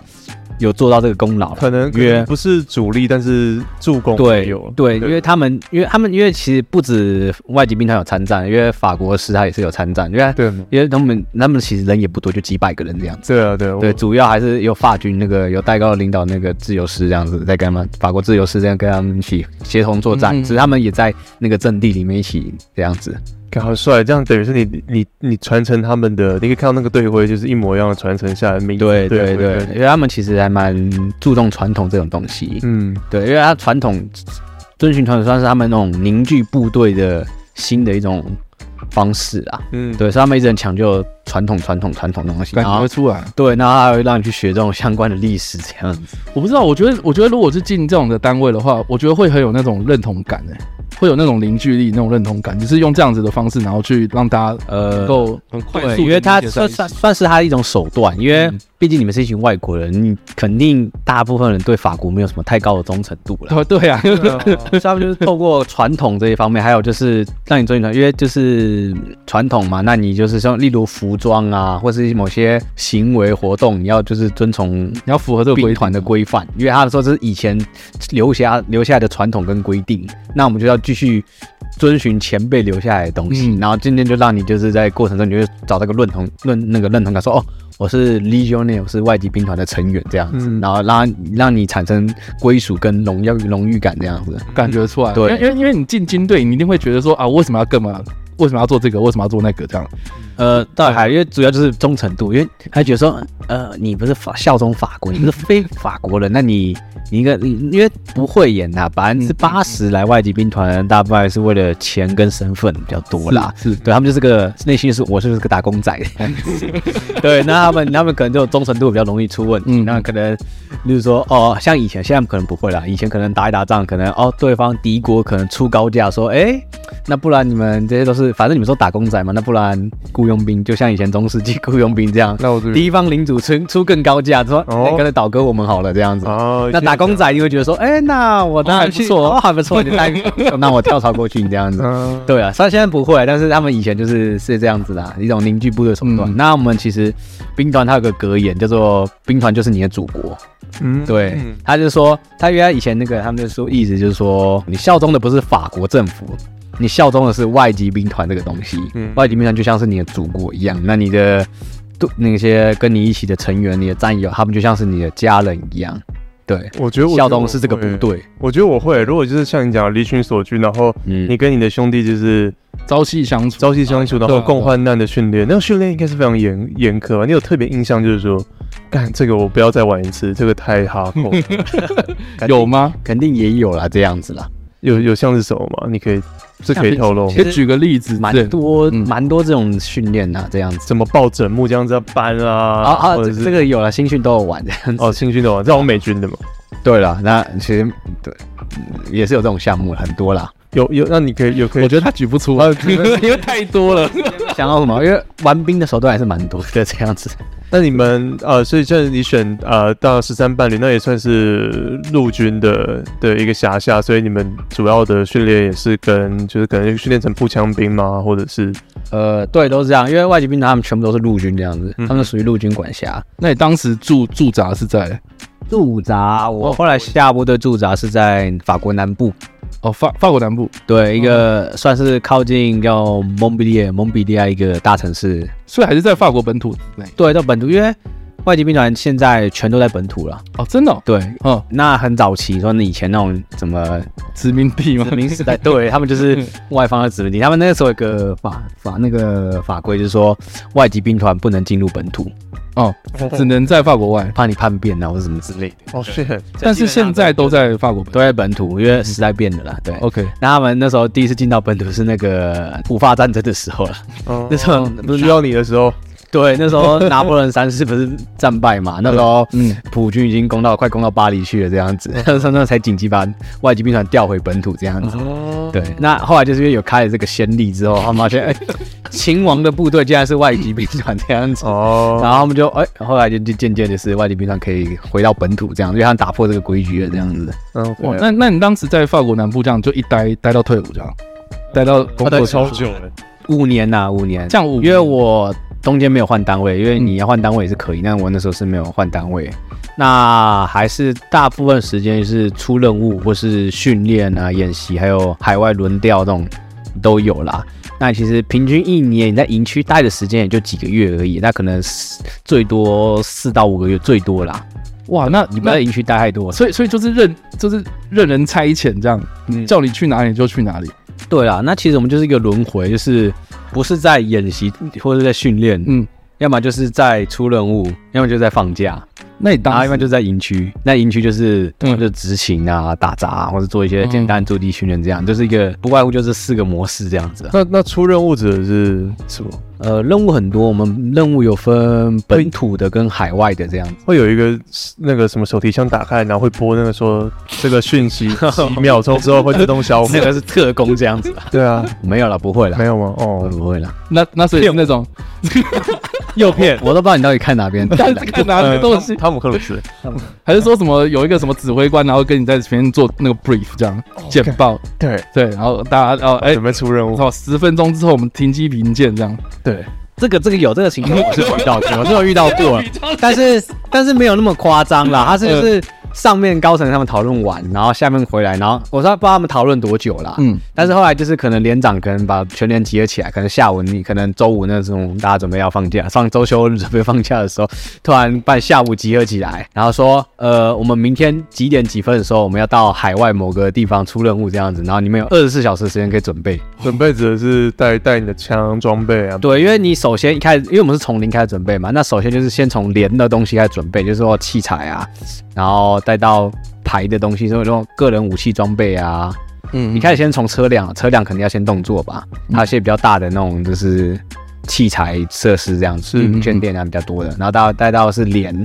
Speaker 4: 有做到这个功劳啦，
Speaker 3: 可能
Speaker 4: 约
Speaker 3: 不是主力，但是助攻也
Speaker 4: 对
Speaker 3: 有，
Speaker 4: 对，因为他们，因为他们，因为其实不止外籍兵团有参战，因为法国师他也是有参战，因为
Speaker 3: 对
Speaker 4: 因为他们他们其实人也不多，就几百个人这样子。
Speaker 3: 对啊，对啊，
Speaker 4: 对，
Speaker 3: 我
Speaker 4: 主要还是由法军那个由戴高乐领导那个自由师这样子在跟他们法国自由师这样跟他们一起协同作战，
Speaker 2: 嗯
Speaker 4: 只是他们也在那个阵地里面一起这样子。
Speaker 3: 感好帅，这样等于是你你你传承他们的，你可以看到那个队徽就是一模一样的传承下来的名字。
Speaker 4: 对
Speaker 3: 队徽
Speaker 4: 对对，因为他们其实还蛮注重传统这种东西。
Speaker 3: 嗯，
Speaker 4: 对，因为他传统遵循传统算是他们那种凝聚部队的新的一种方式啊。
Speaker 3: 嗯，
Speaker 4: 对，所以他们一直很强调传统、传统、传统的东西。
Speaker 2: 感
Speaker 4: 然
Speaker 2: 觉
Speaker 4: 后
Speaker 2: 会出来。
Speaker 4: 对，那他还会让你去学这种相关的历史这样子。
Speaker 2: 我不知道，我觉得，我觉得如果是进这种的单位的话，我觉得会很有那种认同感诶、欸会有那种凝聚力、那种认同感，就是用这样子的方式，然后去让大家
Speaker 4: 呃
Speaker 2: 能，够很
Speaker 4: 对，因为他算算算是他一种手段，因为
Speaker 2: 嗯
Speaker 4: 毕竟你们是一群外国人，你肯定大部分人对法国没有什么太高的忠诚度了。
Speaker 2: 对对啊，
Speaker 4: 所以他们就是透过传统这一方面，还有就是让你遵循传，因为就是传统嘛，那你就是像例如服装啊，或是某些行为活动，你要就是遵从
Speaker 2: 你要符合这个
Speaker 4: 兵
Speaker 2: 规
Speaker 4: 团
Speaker 2: 团
Speaker 4: 的规范，因为他们说这是以前留下留下来的传统跟规定，那我们就要继续遵循前辈留下来的东西，
Speaker 2: 嗯
Speaker 4: 然后今天就让你就是在过程中你就会找到一个认同认那个认同感，说哦。我是 Legionnaire，我是外籍兵团的成员，这样子，
Speaker 3: 嗯
Speaker 4: 然后让让你产生归属跟荣耀荣誉感，这样子。
Speaker 2: 感觉出来。
Speaker 4: 对
Speaker 2: 因为因为因为你进军队，你一定会觉得说啊，为什么要干嘛？为什么要做这个？为什么要做那个？这样，
Speaker 4: 呃，倒还因为主要就是忠诚度，因为他觉得说，呃，你不是法效忠法国，你不是非法国人，那你你一个你因为不会演呐、百
Speaker 2: 嗯
Speaker 4: 分之八十来外籍兵团的人大部分还是为了钱跟身份比较多啦，
Speaker 2: 是是
Speaker 4: 对他们就是个内心就是我就是个打
Speaker 2: [laughs]
Speaker 4: 工仔， [laughs] 对，那他们他们可能就忠诚度比较容易出问题，
Speaker 2: 嗯
Speaker 4: 那可能例如说哦，像以前现在可能不会啦，以前可能打一打仗，可能哦对方敌国可能出高价说，哎、那不然你们这些都是反正你们说打工仔嘛，那不然雇佣兵就像以前中世纪雇佣兵这样，
Speaker 3: 那我这边
Speaker 4: 敌方领主出出更高价，说
Speaker 3: 哦
Speaker 4: 哎干脆倒戈我们好了这样子。
Speaker 3: 哦，
Speaker 4: 啊那打工仔你会觉得说，哎、那我当然
Speaker 2: 还不
Speaker 4: 去，
Speaker 2: 错
Speaker 4: 哦，还不错，你带，那我跳槽过去，你这样子，
Speaker 3: 嗯，
Speaker 4: 对啊，虽然现在不会，但是他们以前就是是这样子的啊、一种凝聚部队手段。
Speaker 2: 嗯
Speaker 4: 那我们其实兵团它有个格言，叫做“兵团就是你的祖国”
Speaker 3: 嗯，
Speaker 4: 对，
Speaker 3: 嗯
Speaker 4: 他就说，他原来以前那个他们就说，意思就是说，你效忠的不是法国政府，你效忠的是外籍兵团这个东西。
Speaker 3: 嗯
Speaker 4: 外籍兵团就像是你的祖国一样，那你的对那些跟你一起的成员、你的战友，他们就像是你的家人一样。对，
Speaker 3: 我觉得我
Speaker 4: 效忠是这个部
Speaker 3: 队。
Speaker 4: 队。
Speaker 3: 我觉得我会，如果就是像你讲的离群索居，然后
Speaker 4: 嗯啊
Speaker 3: 你跟你的兄弟就是
Speaker 2: 朝夕相处，
Speaker 3: 朝夕相处，然后共患难的训练，那个训练应该是非常严严苛吧？啊你有特别印象就是说，干这个我不要再玩一次，这个太哈扣。
Speaker 4: [laughs]
Speaker 2: 有吗？
Speaker 4: 肯定也有啦，这样子啦。
Speaker 3: 有有像是什么吗？你可以这可以透露吗
Speaker 4: 其
Speaker 2: 可
Speaker 4: 实
Speaker 2: 以举个例子，对
Speaker 4: 蛮多
Speaker 2: 嗯
Speaker 4: 蛮、多这种训练呐，这样子。
Speaker 3: 怎么抱枕木这样子要搬啊？
Speaker 4: 啊啊，
Speaker 3: 或
Speaker 4: 这
Speaker 3: 者是
Speaker 4: 这个有了，新训都有玩这样子。
Speaker 3: 哦，新军的玩，这种美军的嘛。
Speaker 4: 对了，那其实对嗯也是有这种项目很多啦。
Speaker 3: 有有，那你可以有可以，
Speaker 2: 我觉得他哦举不出来，因为太多了。
Speaker 4: [laughs] 想要什么？因为玩兵的手段还是蛮多的 [laughs] 这样子。
Speaker 3: 那你们呃，所以现在你选呃到十三伴侣，那也算是陆军的的一个辖下，所以你们主要的训练也是跟就是可能训练成步枪兵吗？或者是
Speaker 4: 呃，对，都是这样。因为外籍兵团他们全部都是陆军这样子，
Speaker 3: 嗯
Speaker 4: 他们属于陆军管辖。
Speaker 2: [laughs] 那你当时驻驻扎是在
Speaker 4: 驻扎，我后来下部队驻扎是在法国南部，
Speaker 2: 哦法法国南部，
Speaker 4: 对，一个算是靠近叫蒙彼利埃，蒙彼利埃一个大城市。
Speaker 2: 所以还是在法国本土内
Speaker 4: 对，到本土，因为外籍兵团现在全都在本土了。
Speaker 2: 哦，真的哦，
Speaker 4: 对，
Speaker 2: 哦
Speaker 4: 那很早期，说你以前那种怎么
Speaker 2: 殖 [laughs] 民地吗？
Speaker 4: 殖民时代， [laughs] 对他们就是外方的殖民地。他们那个时候有个法法那个法规，就是说外籍兵团不能进入本土，
Speaker 2: 哦，只能在法国外，
Speaker 4: 怕你叛变啊或者什么之类的。
Speaker 3: 哦 shit，
Speaker 2: 但是现在哦都在法国本
Speaker 4: 都在本土，因为时代变了啦。对，啊
Speaker 2: OK，
Speaker 4: 那他们那时候第一次进到本土是那个普法战争的时候了。
Speaker 3: 哦
Speaker 4: 那时候不是
Speaker 3: 需 [laughs] 要你的时候，
Speaker 4: 对，那时候拿破仑三世不是战败嘛？那时候，
Speaker 2: 嗯
Speaker 4: 嗯，普军已经攻到快攻到巴黎去了，这样子， [laughs] 那时候那才紧急把外籍兵团调回本土，这样子。对，那后来就是因为有开了这个先例之后，他们发现，哎、秦王的部队竟然是外籍兵团这样子。然
Speaker 3: 哦，
Speaker 4: 后他们就哎、后来就就渐渐的是外籍兵团可以回到本土这样，因为他们打破这个规矩了这样子。
Speaker 3: 嗯，
Speaker 2: 哇，那那你当时在法国南部这样就一待待到退伍这样，待到工
Speaker 3: 待
Speaker 2: 作
Speaker 3: 超久欸了，
Speaker 4: 五年呐、五年，
Speaker 2: 这样五年
Speaker 4: 因为我中间没有换单位，因为你要换单位也是
Speaker 2: 嗯
Speaker 4: 可以，但我那时候是没有换单位。那还是大部分时间是出任务或是训练啊、演习，还有海外轮调这种都有啦。那其实平均一年你在营区待的时间也就几个月而已，那可能四最多四到五个月最多啦。
Speaker 2: 哇，那
Speaker 4: 你不要在
Speaker 2: 那
Speaker 4: 营区待太多了，
Speaker 2: 所以所以就是任就是任人差遣这样，
Speaker 4: 嗯
Speaker 2: 叫你去哪里就去哪里，
Speaker 4: 对啦，那其实我们就是一个轮回，就是不是在演习或者在训练，
Speaker 2: 嗯，
Speaker 4: 要么就是在出任务，要么就是在放假，
Speaker 2: 那你
Speaker 4: 然后
Speaker 2: 当
Speaker 4: 要么
Speaker 2: 时
Speaker 4: 就是在营区。那营区就是
Speaker 2: 嗯
Speaker 4: 就执勤啊、打杂啊，或者做一些简单的驻地训练，这样、就是一个不外乎就这四个模式这样子啊。
Speaker 3: 那那出任务指的是什么？
Speaker 4: 呃，任务很多，我们任务有分本土的跟海外的这样子。
Speaker 3: 会有一个那个什么手提箱打开，然后会播那个说这个讯息几秒钟之后会自动消
Speaker 4: 那
Speaker 3: 灭。
Speaker 4: 个是特工这样子啊，
Speaker 3: 对啊，
Speaker 4: 没有了，不会了
Speaker 3: 哦 [laughs] 没，有吗？哦，
Speaker 4: 不会了，
Speaker 2: 那那所以是那
Speaker 4: [laughs]
Speaker 2: 种， [laughs]
Speaker 3: 诱骗
Speaker 4: 我都不知道你到底看哪边。
Speaker 2: 但是看哪个东
Speaker 4: 嗯
Speaker 2: 西，
Speaker 3: 汤姆克鲁斯，
Speaker 2: 还是说什么有一个什么指挥官，然后跟你在前面做那个 brief 这样
Speaker 4: 哦
Speaker 2: 简报，
Speaker 3: 对，
Speaker 2: 对，然后大家哦哎
Speaker 3: 准，备出任务，
Speaker 2: 好，十分钟之后我们停机评鉴这样，
Speaker 3: 对，
Speaker 4: 这个这个有这个情况，我是有遇到过，我是有遇到过，但是但是没有那么夸张啦。他是就是上面高层他们讨论完，然后下面回来，然后我说不知道他们讨论多久啦。
Speaker 2: 嗯，
Speaker 4: 但是后来就是可能连长可能把全连集合起来，可能下午你可能周五那种大家准备要放假，上周休准备放假的时候，突然把下午集合起来，然后说呃我们明天几点几分的时候我们要到海外某个地方出任务这样子，然后你们有二十四小时的时间可以准备。
Speaker 3: 准备指的是带带你的枪装备啊，
Speaker 4: 对，因为你首先一开始，因为我们是从零开始准备嘛，那首先就是先从连的东西开始准备，就是说器材啊，然后再到排的东西，就是说个人武器装备啊。
Speaker 2: 嗯
Speaker 4: 你开始先从车辆，车辆肯定要先动作吧，还有一些比较大的那种就是器材设施这样子，
Speaker 2: 嗯嗯
Speaker 4: 圈电量啊比较多的，然后到再到是连。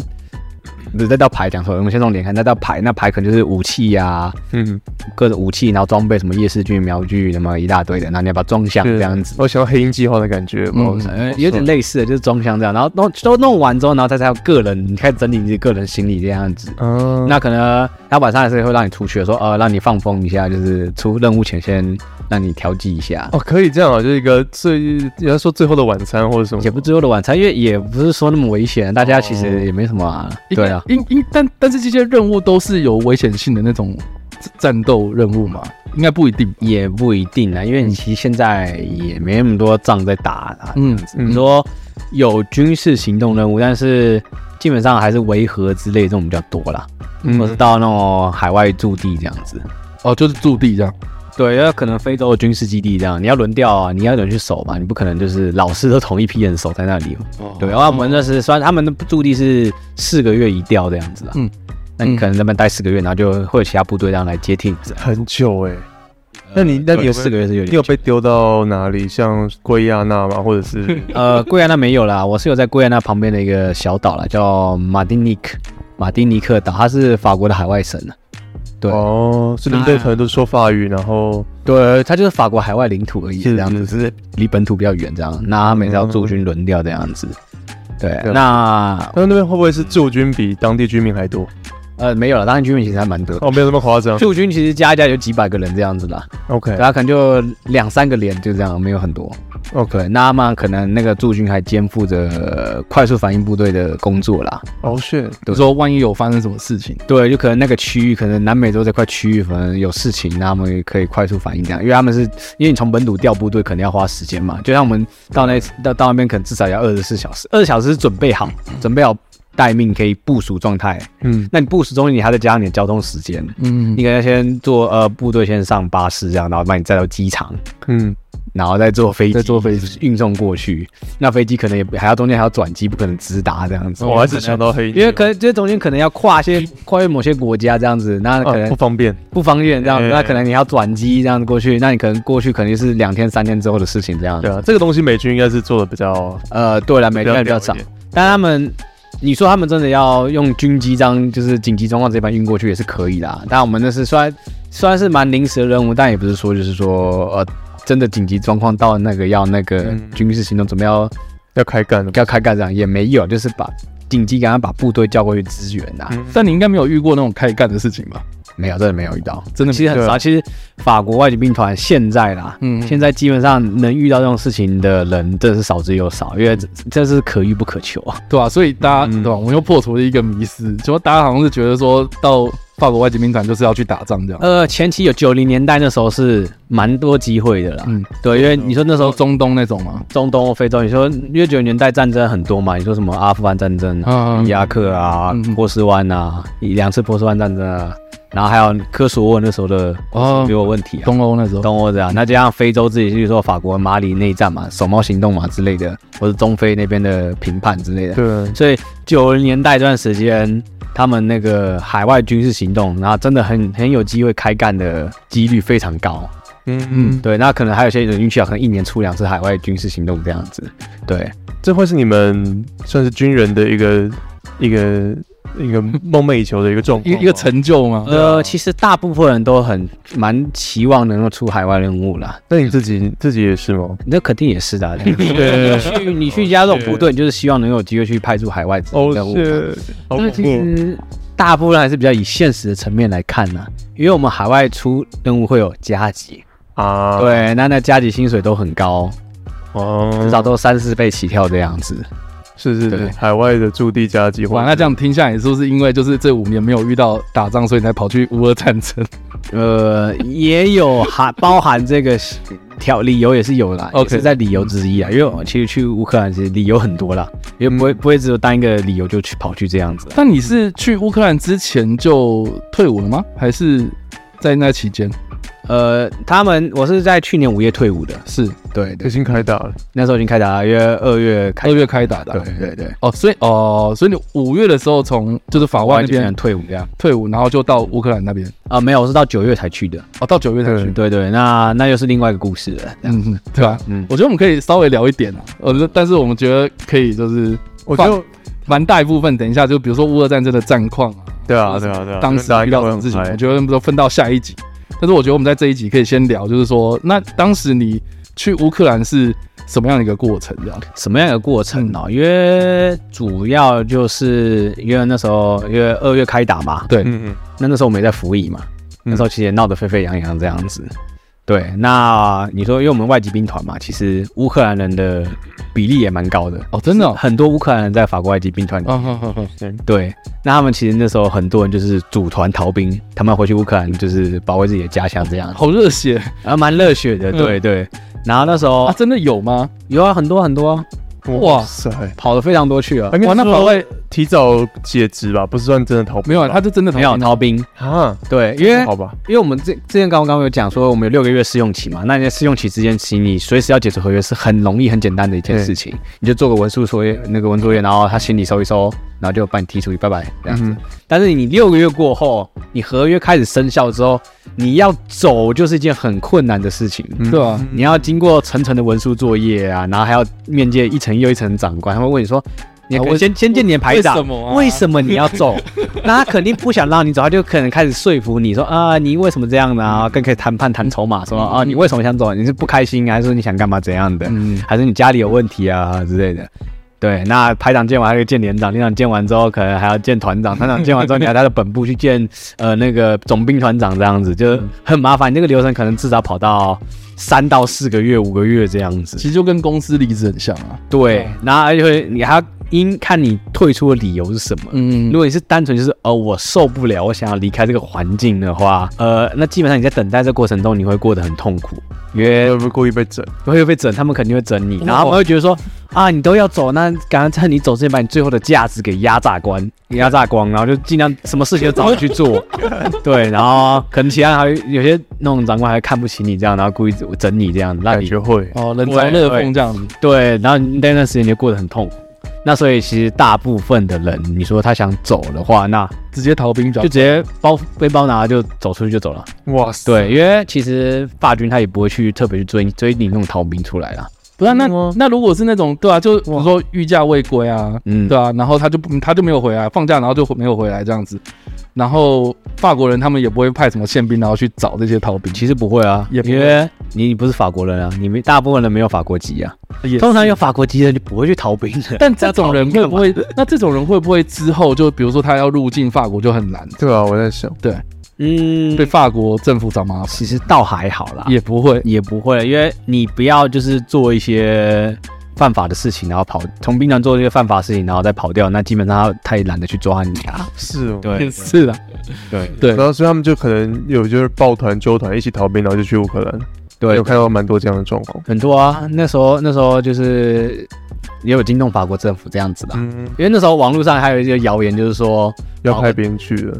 Speaker 4: 不是再到排讲错了，我们先从连看，再到排，那排可能就是武器呀、
Speaker 3: 嗯，
Speaker 4: 各种武器，然后装备什么夜视镜、瞄具，什么一大堆的，然后你要把它装箱
Speaker 3: 就
Speaker 4: 这
Speaker 3: 是
Speaker 4: 样子。
Speaker 3: 我想到黑鹰计划的感觉，
Speaker 2: 嗯
Speaker 3: 嗯，
Speaker 4: 呃，有点类似的，就是装箱这样，然后弄都弄完之后，然后再才有个人，你开始整理你的个人行李这样子。
Speaker 3: 嗯
Speaker 4: 那可能他晚上还是会让你出去，说呃，让你放风一下，就是出任务前先让你调剂一下。
Speaker 3: 哦，可以这样啊，就是一个最，人家说最后的晚餐或者
Speaker 2: 哦
Speaker 3: 什么，
Speaker 4: 也不最后的晚餐，因为也不是说那么危险，大家其实也没什么啊。对啊，
Speaker 2: 哦应应但但是这些任务都是有危险性的那种战斗任务嘛，应该不一定，
Speaker 4: 也不一定啊，因为你其实现在也没那么多仗在打啊。
Speaker 2: 嗯
Speaker 4: 你说有军事行动任务，但是基本上还是维和之类这种比较多啦，
Speaker 3: 嗯
Speaker 4: 或是到那种海外驻地这样子。
Speaker 2: 哦就是驻地这样，
Speaker 4: 对，要可能非洲的军事基地这样，你要轮调啊，你要有人去守嘛，你不可能就是老是都同一批人守在那里嘛。对，然后我们那是虽然他们的驻地是四个月一调这样子啊，
Speaker 2: 嗯，
Speaker 4: 那你可能在那边待四个月，然后就会有其他部队这样来接替你这样。
Speaker 3: 很久哎，那你那你有
Speaker 4: 四个月是有
Speaker 3: 你有
Speaker 4: 点。
Speaker 3: 被丢到哪里？像圭亚那吗？或者是
Speaker 4: 呃，贵安那没有啦，我是有在贵安那旁边的一个小岛啦，叫马丁尼克，马丁尼克岛，它是法国的海外省啊。对，
Speaker 3: 哦，是领队可能都说法语，然后
Speaker 4: 对，它就是法国海外领土而已，
Speaker 3: 是
Speaker 4: 这样子，只是离本土比较远，这样。那他每次要驻军轮调这样子。对，
Speaker 3: 对
Speaker 4: 那
Speaker 3: 那那边会不会是驻军比当地居民还多？
Speaker 4: 呃没有了，当然军民其实还蛮多的。
Speaker 3: 哦，没有那么夸张。
Speaker 4: 驻军其实加一加有几百个人这样子啦，
Speaker 3: OK
Speaker 4: 对，他可能就两三个连就这样，没有很多。
Speaker 3: OK，
Speaker 4: 对，那他们可能那个驻军还肩负着呃快速反应部队的工作啦。
Speaker 3: 哦 shit，
Speaker 4: 对
Speaker 2: 说万一有发生什么事情，
Speaker 4: 对，就可能那个区域，可能南美洲这块区域，可能有事情，那他们可以快速反应这样，因为他们是因为你从本土调部队，肯定要花时间嘛。就像我们到那到到那边，可能至少要二十四小时，二十小时是准备好，
Speaker 2: 嗯
Speaker 4: 准备好待命，可以部署状态。
Speaker 3: 嗯，
Speaker 4: 那你部署中间，你还得加上你的交通时间，
Speaker 2: 嗯
Speaker 4: 你可能先坐呃部队先上巴士这样，然后把你载到机场，
Speaker 3: 嗯，
Speaker 4: 然后再坐飞机，
Speaker 2: 再坐飞机
Speaker 4: 运送过去。那飞机可能也还要中间还要转机，不可能直达这样子。
Speaker 2: 哦
Speaker 3: 我还是想到黑鹰计划，
Speaker 4: 哦因为可能这中间可能要跨些跨越某些国家这样子，那可
Speaker 3: 啊
Speaker 4: 能嗯
Speaker 3: 不方便。
Speaker 4: 不方便这样子，
Speaker 3: 哎
Speaker 4: 那可能你要转机这样子过去，那你可能过去可能就是两天三天之后的事情这样
Speaker 3: 对。啊，这个东西美军应该是做的比较
Speaker 4: 呃，对了，每
Speaker 3: 比较
Speaker 4: 天比较
Speaker 3: 屌
Speaker 4: 少
Speaker 3: 一点，
Speaker 4: 但他们，你说他们真的要用军机这样，就是紧急状况直接把它运过去也是可以啦。但我们那是虽然虽然是蛮临时的任务，但也不是说就是说呃真的紧急状况到那个要那个
Speaker 3: 嗯
Speaker 4: 军事行动准备要
Speaker 3: 要开干的。
Speaker 4: 要开干这样也没有，就是把紧急赶快把部队叫过去支援啊呐、
Speaker 3: 嗯
Speaker 2: 但你应该没有遇过那种开干的事情吧？
Speaker 4: 没有，真的没有遇到，
Speaker 2: 真的啊
Speaker 4: 其实很少。其实法国外籍兵团现在啦，
Speaker 2: 嗯
Speaker 4: 嗯，现在基本上能遇到这种事情的人，真的是少之又少，因为
Speaker 2: 嗯
Speaker 4: 这这是可遇不可求啊。
Speaker 2: 对啊，所以大家、
Speaker 3: 嗯
Speaker 2: 对吧、我们又破除了一个迷思，就大家好像是觉得说到法国外籍兵团就是要去打仗这样。
Speaker 4: 呃，前期有九零年代那时候是蛮多机会的啦。
Speaker 2: 嗯
Speaker 4: 嗯，对，因为你说那时候中
Speaker 2: 中东那种嘛，
Speaker 4: 中东、非洲，你说因为九零年代战争很多嘛，你说什么阿富汗战争、
Speaker 2: 嗯
Speaker 4: 伊拉克啊
Speaker 2: 嗯、
Speaker 4: 波斯湾啊，两次波斯湾战争啊，然后还有科索沃那时候的
Speaker 2: 哦
Speaker 4: 有问题啊。
Speaker 2: 东欧那时候，
Speaker 4: 东欧这样，那加上非洲自己，比如说法国马里内战嘛、手猫行动嘛之类的，或者中非那边的评判之类的，
Speaker 3: 对，
Speaker 4: 所以九零年代这段时间，他们那个海外军事行动，然后真的很很有机会开干的几率非常高。
Speaker 3: 嗯
Speaker 2: 嗯
Speaker 3: 嗯，
Speaker 4: 对，那可能还有些人运气好，可能一年出两次海外军事行动这样子。对，
Speaker 3: 这会是你们算是军人的一个一个一个梦寐以求的一个状
Speaker 2: 一
Speaker 3: 况
Speaker 2: 个
Speaker 3: 吗，
Speaker 2: 一个成就嘛。
Speaker 4: 呃，其实大部分人都很蛮期望能够出海外任务啦，
Speaker 3: 那你自己自己也是吗？
Speaker 4: 那肯定也是的 [laughs] 啊、你
Speaker 3: 对
Speaker 4: 去你去加入这种部队，你就是希望能有机会去派驻海外
Speaker 3: 哦，
Speaker 4: 任务。
Speaker 3: 是，好
Speaker 4: 因为
Speaker 3: 恐
Speaker 4: 其
Speaker 3: 怖，
Speaker 4: 实大部分还是比较以现实的层面来看呢、因为我们海外出任务会有加急，
Speaker 2: 哦
Speaker 3: 啊，，
Speaker 4: 对，那那加急薪水都很高，
Speaker 3: 哦，
Speaker 4: 至少都三四倍起跳这样子。
Speaker 3: 是是是
Speaker 4: 对，
Speaker 3: 海外的驻地加计
Speaker 2: 哇，
Speaker 3: 划，
Speaker 2: 那这样听下来，是不是因为就是这五年没有遇到打仗，所以你才跑去乌俄战争？
Speaker 4: 呃，也有含包含这个条理由也是有啦
Speaker 2: OK
Speaker 4: 也是在理由之一啊。因为我其实去乌克兰其实理由很多啦，也不
Speaker 2: 嗯
Speaker 4: 会不会只有单一个理由就去跑去这样子。
Speaker 2: 但你是去乌克兰之前就退伍了吗？还是在那期间？
Speaker 4: 呃，他们我是在去年五月退伍的，
Speaker 2: 是
Speaker 4: 对
Speaker 3: 已
Speaker 4: 对，
Speaker 3: 经开打了，
Speaker 4: 那时候已经开打了，约二月开
Speaker 2: 二，月开打的啊、
Speaker 4: 哎对对对，
Speaker 2: 哦，所以哦，所以你五月的时候从就是法
Speaker 4: 我
Speaker 2: 外那边
Speaker 4: 退伍这样。
Speaker 2: 退伍，然后就到乌克兰那边，
Speaker 4: 啊、没有，我是到九月才去的。
Speaker 2: 哦，到九月才去。
Speaker 4: 对对，那那又是另外一个故事了。这样
Speaker 2: 嗯，嗯对吧？嗯
Speaker 4: 嗯，
Speaker 2: 我觉得我们可以稍微聊一点啊，呃，但是我们觉得可以就是
Speaker 3: 我觉得
Speaker 2: 放蛮大一部分，等一下就比如说乌俄战争的战况啊，
Speaker 3: 对啊对啊对啊，
Speaker 2: 当时遇到什么事情，我
Speaker 3: 我
Speaker 2: 觉得能不能分到下一集？但是我觉得我们在这一集可以先聊，就是说，那当时你去乌克兰是什么样的一个过程？这样，
Speaker 4: 什么样的过程
Speaker 2: 嗯
Speaker 4: 呢、因为主要就是因为那时候因为二月开打嘛，
Speaker 2: 对，嗯
Speaker 3: 嗯嗯，
Speaker 4: 那那时候我们也在服役嘛，那时候其实也闹得沸沸扬扬这样子。对，那你说，因为我们外籍兵团嘛，其实乌克兰人的比例也蛮高的，
Speaker 2: 哦，真的哦，
Speaker 4: 很多乌克兰人在法国外籍兵团里。
Speaker 2: 啊哈
Speaker 3: 嗯
Speaker 2: 哈哈，
Speaker 4: 对，那他们其实那时候很多人就是组团逃兵，他们回去乌克兰就是保卫自己的家乡这样子。
Speaker 2: 好热血
Speaker 4: 啊，蛮热血
Speaker 3: 嗯
Speaker 4: 的，对对。然后那时候、
Speaker 2: 啊！真的有吗？
Speaker 4: 有啊，很多很多啊，
Speaker 2: 哇
Speaker 3: 嗯塞，
Speaker 4: 跑的非常多去啊，
Speaker 3: 哇，
Speaker 2: 那
Speaker 3: 那
Speaker 2: 法
Speaker 3: 国外提早解职吧，不是算真的逃兵吧，
Speaker 2: 没有啊，他就真的逃
Speaker 3: 嗯
Speaker 4: 没有
Speaker 2: 兵
Speaker 4: 逃兵，
Speaker 3: 啊，
Speaker 4: 对，因为
Speaker 3: 好吧，
Speaker 4: 因为我们之之前刚刚有讲说，我们有六个月试用期嘛，那你在试用期之间，其实你随时要解除合约是很容易、很简单的一件事情，你就做个文书作业，那个文作业，然后他心里收一收，然后就把你踢出去，拜拜这样子。
Speaker 3: 嗯
Speaker 4: 但是你六个月过后，你合约开始生效之后，你要走就是一件很困难的事情，
Speaker 3: 嗯
Speaker 2: 对啊，
Speaker 4: 你要经过层层的文书作业啊，然后还要面见一层又一层的长官，他会问你说，你
Speaker 2: 啊
Speaker 4: 可
Speaker 2: 为
Speaker 4: 能先、先见你的排长，
Speaker 2: 为什么啊
Speaker 4: 为什么你
Speaker 2: [laughs]
Speaker 4: 要走？那他肯定不想让你走，他就可能开始说服你说啊，你为什么这样呢、啊？更可以谈判谈筹码，说啊，你为什么想走？你是不开心啊，还是说你想干嘛怎样的？
Speaker 2: 嗯
Speaker 4: [laughs] 还是你家里有问题啊之类的？对，那排长见完还要见连长，连长见完之后可能还要见团长，团长见完之后你还要他的本部去见 [laughs] 呃那个总兵团长这样子，就是很麻烦。你这个流程可能至少跑到三到四个月、五个月这样子
Speaker 2: 其。实就跟公司离职很像啊。
Speaker 4: 对，然后而且会你还要因看你退出的理由是什么。
Speaker 2: 嗯
Speaker 4: 如，果你是单纯就是呃我受不了，我想要离开这个环境的话，呃，那基本上你在等待这过程中你会过得很痛苦，因为
Speaker 3: 会不会哎故意被整？
Speaker 4: 会被整，他们肯定会整你，然后他们会觉得说啊，你都要走，那赶快趁你走之前把你最后的价值给压榨光，压榨光，然后就尽量什么事情都找你去做，对，然后可能其他人还会有些那种长官还会看不起你这样，然后故意整你这样，让
Speaker 3: 感
Speaker 4: 你
Speaker 3: 觉会，
Speaker 2: 哦，冷嘲热讽这样子。
Speaker 4: 对，然后你那段时间你就过得很痛苦。那所以其实大部分的人，你说他想走的话，那
Speaker 2: 直接逃兵比较
Speaker 4: 就直接包背包拿就走出去就走了。
Speaker 3: 哇塞，
Speaker 4: 对，因为其实法军他也不会去特别去追追你那种逃兵出来啦。
Speaker 2: 不是啊、那那如果是那种对啊，就比如说御驾未归啊，
Speaker 4: 嗯
Speaker 2: 对啊，然后他就不他就没有回来，放假然后就没有回来这样子，然后法国人他们也不会派什么宪兵然后去找这些逃兵，
Speaker 4: 其实不会啊，
Speaker 2: 也不会
Speaker 4: 因为你你不是法国人啊，你们大部分人没有法国籍啊。
Speaker 2: 也
Speaker 4: 通常有法国籍的人就不会去逃兵的。
Speaker 2: [laughs] 但这种人会
Speaker 4: 会
Speaker 2: 不会？那这种人会不会之后就比如说他要入境法国就很难，
Speaker 3: 对啊，我在想，
Speaker 2: 对，
Speaker 4: [laughs] 嗯
Speaker 2: 被，法国政府找麻烦
Speaker 4: 其实倒还好啦，
Speaker 2: 也不会。
Speaker 4: 也不会，因为你不要就是做一些犯法的事情，然后跑从兵团做一些犯法的事情，然后再跑掉，那基本上他他也懒得去抓你啊。
Speaker 3: 是哦，
Speaker 4: 对，
Speaker 2: 是啊，
Speaker 4: 对
Speaker 2: 对
Speaker 3: 然后所以他们就可能有就是抱团纠团一起逃兵，然后就去乌克兰。
Speaker 4: 对
Speaker 3: 有，看到蛮多这样的状况。
Speaker 4: 很多啊。那时候那时候就是也有惊动法国政府这样子的，
Speaker 3: 嗯，
Speaker 4: 因为那时候网络上还有一些谣言，就是说，
Speaker 3: 要派兵去了，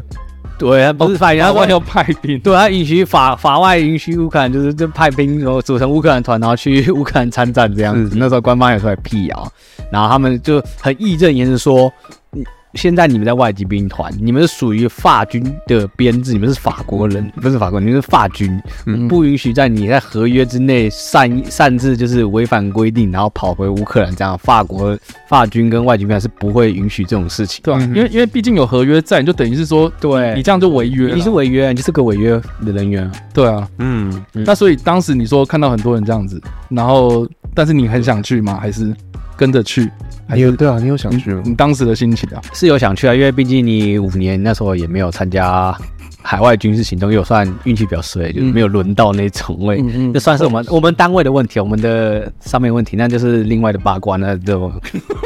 Speaker 4: 对，他不是发言，
Speaker 2: 然
Speaker 4: 他
Speaker 2: 后
Speaker 4: 外
Speaker 2: 要派兵，
Speaker 4: 对他允许法法外允许乌克兰就是就派兵，然后组成乌克兰团，然后去乌克兰参战这样子。
Speaker 3: 嗯
Speaker 4: 那时候官方也出来辟谣，然后他们就很义正言辞说，嗯现在你们在外籍兵团，你们是属于法军的编制，你们是法国人，
Speaker 2: 嗯
Speaker 4: 不是法国人，你们是法军，
Speaker 3: 嗯
Speaker 4: 不允许在你在合约之内擅擅自就是违反规定，然后跑回乌克兰这样。法国法军跟外籍兵团是不会允许这种事情。
Speaker 2: 对吧？啊因为因为毕竟有合约在，你就等于是说
Speaker 4: 对
Speaker 2: 你这样就违约了，
Speaker 4: 你是违约，你就是个违约的人员啊。
Speaker 2: 对啊。
Speaker 3: 嗯，
Speaker 4: 嗯
Speaker 2: 那所以当时你说看到很多人这样子，然后但是你很想去吗？还是跟着去？还
Speaker 3: 你有
Speaker 2: 是
Speaker 3: 对啊，你有想
Speaker 2: 你
Speaker 3: 去吗？
Speaker 2: 你当时的心情啊？
Speaker 4: 是有想去啊，因为毕竟你五年那时候也没有参加海外军事行动，也有算运气比较衰，就是没有轮到那种位。
Speaker 2: 嗯嗯
Speaker 4: 这算是我们我们单位的问题，我们的上面问题，那就是另外的八卦，那就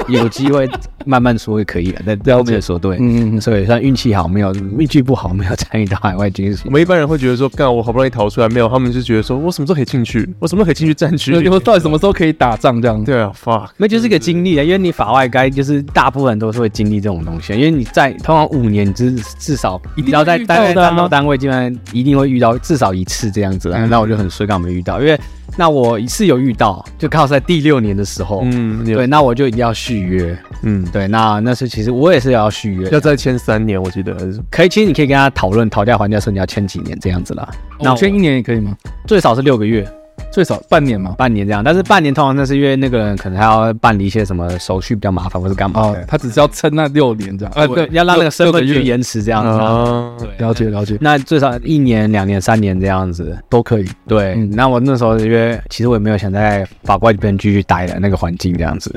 Speaker 4: 有机会慢慢说也可以了。在在后面说对，
Speaker 2: 嗯嗯嗯
Speaker 4: 所以算运气好，没有运气不好，没有参与到海外军事行
Speaker 3: 我
Speaker 4: 动。
Speaker 3: 们一般人会觉得说，干，我好不容易逃出来，没有，他们就觉得说我什么时候可以进去，我什么时候可以进去战区
Speaker 2: 那
Speaker 3: 里
Speaker 2: 你？们到底什么时候可以打仗这样？
Speaker 3: 对啊，fuck，
Speaker 4: 那就是个经历啊，因为你法外该就是大部分都是会经历这种东西，啊因为你在通常五年至至少
Speaker 2: 一定
Speaker 4: 要在
Speaker 2: 会遇到
Speaker 4: 单
Speaker 2: 的啊
Speaker 4: 战斗单位基本上一定会遇到至少一次这样子啊。
Speaker 3: 嗯
Speaker 4: 那我就很衰，刚好没遇到，因为那我一次有遇到，就刚好是在第六年的时候，
Speaker 3: 嗯，你有
Speaker 4: 对，，那我就一定要续约，
Speaker 3: 嗯，
Speaker 4: 对，那那是其实我也是要续约，
Speaker 3: 要再签三年，我记得还是什么
Speaker 4: 可以，其实你可以跟他讨论讨价还价，说你要签几年这样子啦，那
Speaker 2: 我
Speaker 3: 哦
Speaker 4: 我
Speaker 2: 签一年也可以吗？
Speaker 4: 最少是六个月。
Speaker 2: 最少半年嘛。
Speaker 4: 半年这样，但是半年通常那是因为那个人可能还要办理一些什么手续比较麻烦，或是干嘛
Speaker 2: 哦
Speaker 4: 的，，
Speaker 2: 他只是要撑那六年这样。啊，
Speaker 4: 呃，
Speaker 2: 对
Speaker 4: 对，，要让那个身份
Speaker 2: 六六
Speaker 4: 去
Speaker 2: 个月哦
Speaker 4: 延迟这样子啊。
Speaker 3: 啊，对，
Speaker 2: 了解了解，
Speaker 4: 那最少一年、两年、三年这样子。
Speaker 2: 都可以。
Speaker 4: 对，
Speaker 2: 嗯
Speaker 4: 那我那时候因为其实我也没有想在法国这边继续待的那个环境这样子。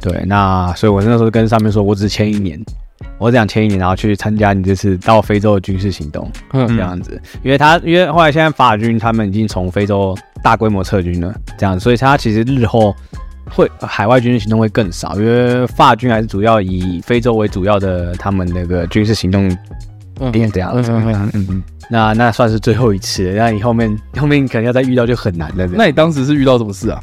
Speaker 4: 对，那所以我那时候跟上面说，我只签一年，我只想签一年，然后去参加你这次到非洲的军事行动这
Speaker 2: 嗯，
Speaker 4: 样子。因为他因为后来现在法军他们已经从非洲大规模撤军了，这样，所以他其实日后。会海外军事行动会更少，因为法军还是主要以非洲为主要的他们那个军事行动
Speaker 2: 嗯
Speaker 4: 点这样
Speaker 2: 嗯
Speaker 4: 子。
Speaker 2: 嗯嗯嗯嗯。
Speaker 4: 那那算是最后一次了，那你后面后面可能要再遇到就很难了。
Speaker 2: 那你当时是遇到什么事啊？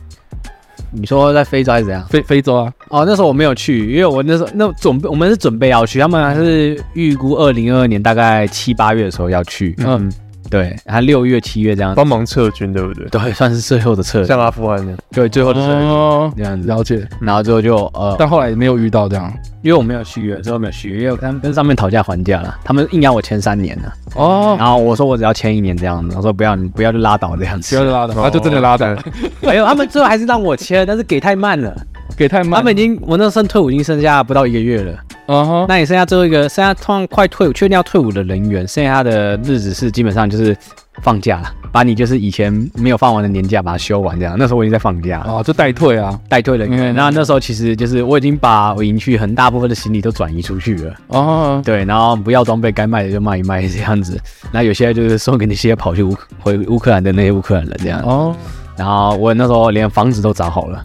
Speaker 4: 你说在非洲还是怎样？
Speaker 2: 非非洲啊？
Speaker 4: 哦，那时候我没有去，因为我那时候那准备我们是准备要去，他们还是预估二零二二年大概七八月的时候要去，
Speaker 2: 嗯，
Speaker 4: 对，还六月七月这样，
Speaker 3: 帮忙撤军，对不对？
Speaker 4: 对，算是最后的策略，
Speaker 3: 像阿富汗那样，
Speaker 4: 对，最后的策略
Speaker 2: 哦，
Speaker 4: 这样子。
Speaker 2: 了解。
Speaker 4: 然后之后就呃，
Speaker 2: 但后来也没有遇到这样。
Speaker 4: 因为我没有续约，之后没有续约，因为我跟跟上面讨价还价了，他们硬要我签三年呢，
Speaker 2: 哦，
Speaker 4: 然后我说我只要签一年这样子，我说不要你不要就拉倒这样
Speaker 2: 不
Speaker 4: [laughs]
Speaker 2: 要
Speaker 4: 子，
Speaker 2: 再拉倒，他就真的拉倒，
Speaker 4: 没哎有，他们最后还是让我签，但是给太慢了。
Speaker 2: 给太慢。
Speaker 4: 他们已经，我那时候剩退伍已经剩下不到一个月了。
Speaker 2: 嗯哼，
Speaker 4: 那你剩下最后一个，剩下通常快退伍，确定要退伍的人员，剩下的日子是基本上就是放假了，把你就是以前没有放完的年假把它休完这样。那时候我已经在放假了，
Speaker 2: 哦，就代退啊。
Speaker 4: 代退人员。
Speaker 2: 嗯
Speaker 4: 那那时候其实就是我已经把我营区很大部分的行李都转移出去了，
Speaker 2: 哦，
Speaker 4: 对，然后不要装备该卖的就卖一卖这样子。那有些就是送给那些跑去乌回乌克兰的那些乌克兰人这样。
Speaker 2: 哦，
Speaker 4: 然后我那时候连房子都找好了，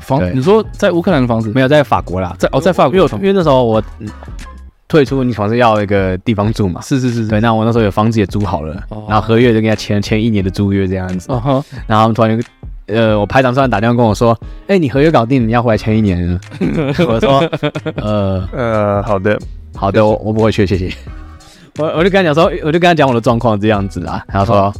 Speaker 2: 房，
Speaker 4: 对
Speaker 2: 你说在乌克兰的房子
Speaker 4: 没有在法国啦，
Speaker 2: 在哦，在法国有
Speaker 4: 因为那时候我嗯退出，你总是要一个地方住嘛。
Speaker 2: 是是是是。
Speaker 4: 对，那我那时候有房子也租好了，
Speaker 2: 哦
Speaker 4: 然后合约就跟他签签一年的租约这样子。
Speaker 2: 哦哈，
Speaker 4: 然后他们突然有个，呃，我排长突然打电话跟我说：“哎、你合约搞定，你要回来签一年了。” [laughs] 我说：“呃，
Speaker 3: 呃，好的，
Speaker 4: 好的，我我不会去，谢谢。我”我就跟他讲说，我就跟他讲我的状况这样子啦。他说：“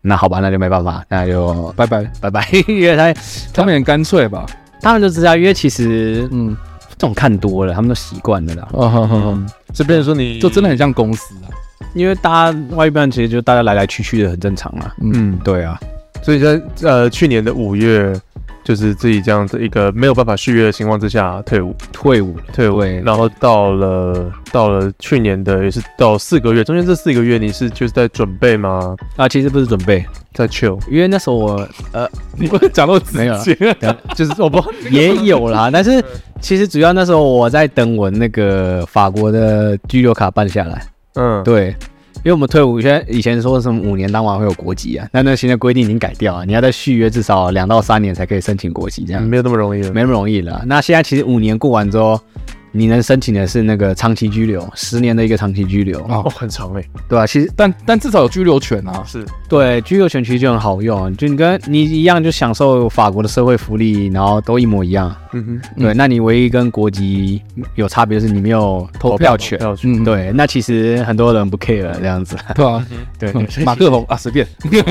Speaker 4: 那好吧，那就没办法，那就
Speaker 2: 拜拜。
Speaker 4: 拜 [laughs] 拜。”因为他
Speaker 2: 他们也很干脆吧？
Speaker 4: 他们就知道，因为其实嗯
Speaker 2: 嗯，
Speaker 4: 这种看多了，他们都习惯了啦。
Speaker 2: 哦哈哈
Speaker 4: 嗯
Speaker 2: 哈，
Speaker 3: 这边说你
Speaker 2: 就真的，很像公司啊。
Speaker 4: 因为大家外一半其实就大家来来去去的，很正常啦。
Speaker 3: 嗯，
Speaker 4: 对啊，
Speaker 3: 所以在呃去年的五月，就是自己这样子一个没有办法续约的情况之下退伍，
Speaker 4: 退伍了，
Speaker 3: 退伍
Speaker 4: 对，
Speaker 3: 然后到了到了去年的也是到四个月，中间这四个月你是就是在准备吗？
Speaker 4: 啊，其实不是准备，
Speaker 3: 在 chill，
Speaker 4: 因为那时候我 [laughs] 呃
Speaker 2: 你不是讲到直
Speaker 4: 没有啦
Speaker 2: 接？
Speaker 3: 就是我不
Speaker 4: [laughs] 也有啦，但是其实主要那时候我在等我那个法国的居留卡办下来，
Speaker 3: 嗯，
Speaker 4: 对，因为我们退伍现在以前说什么五年当完会有国籍啊，那那现在规定已经改掉了，啊你要再续约至少两到三年才可以申请国籍，这样、
Speaker 3: 没有那么容易了，
Speaker 4: 没那么容易了。那现在其实五年过完之后，你能申请的是那个长期居留，十年的一个长期居留，
Speaker 2: 哦
Speaker 3: 哦，很长哎、
Speaker 4: 对吧、其实
Speaker 2: 但但至少有居留权啊。
Speaker 3: 是
Speaker 4: 对居留权其实就很好用，就你跟你一样就享受法国的社会福利，然后都一模一样。
Speaker 3: 嗯哼，
Speaker 4: 对，那你唯一跟国籍有差别就是你没有投票权。
Speaker 3: 要去
Speaker 2: 嗯，
Speaker 4: 对，那其实很多人不 care 这样子。
Speaker 2: 对啊，
Speaker 4: 对，嗯
Speaker 2: 嗯马克龙啊，随便。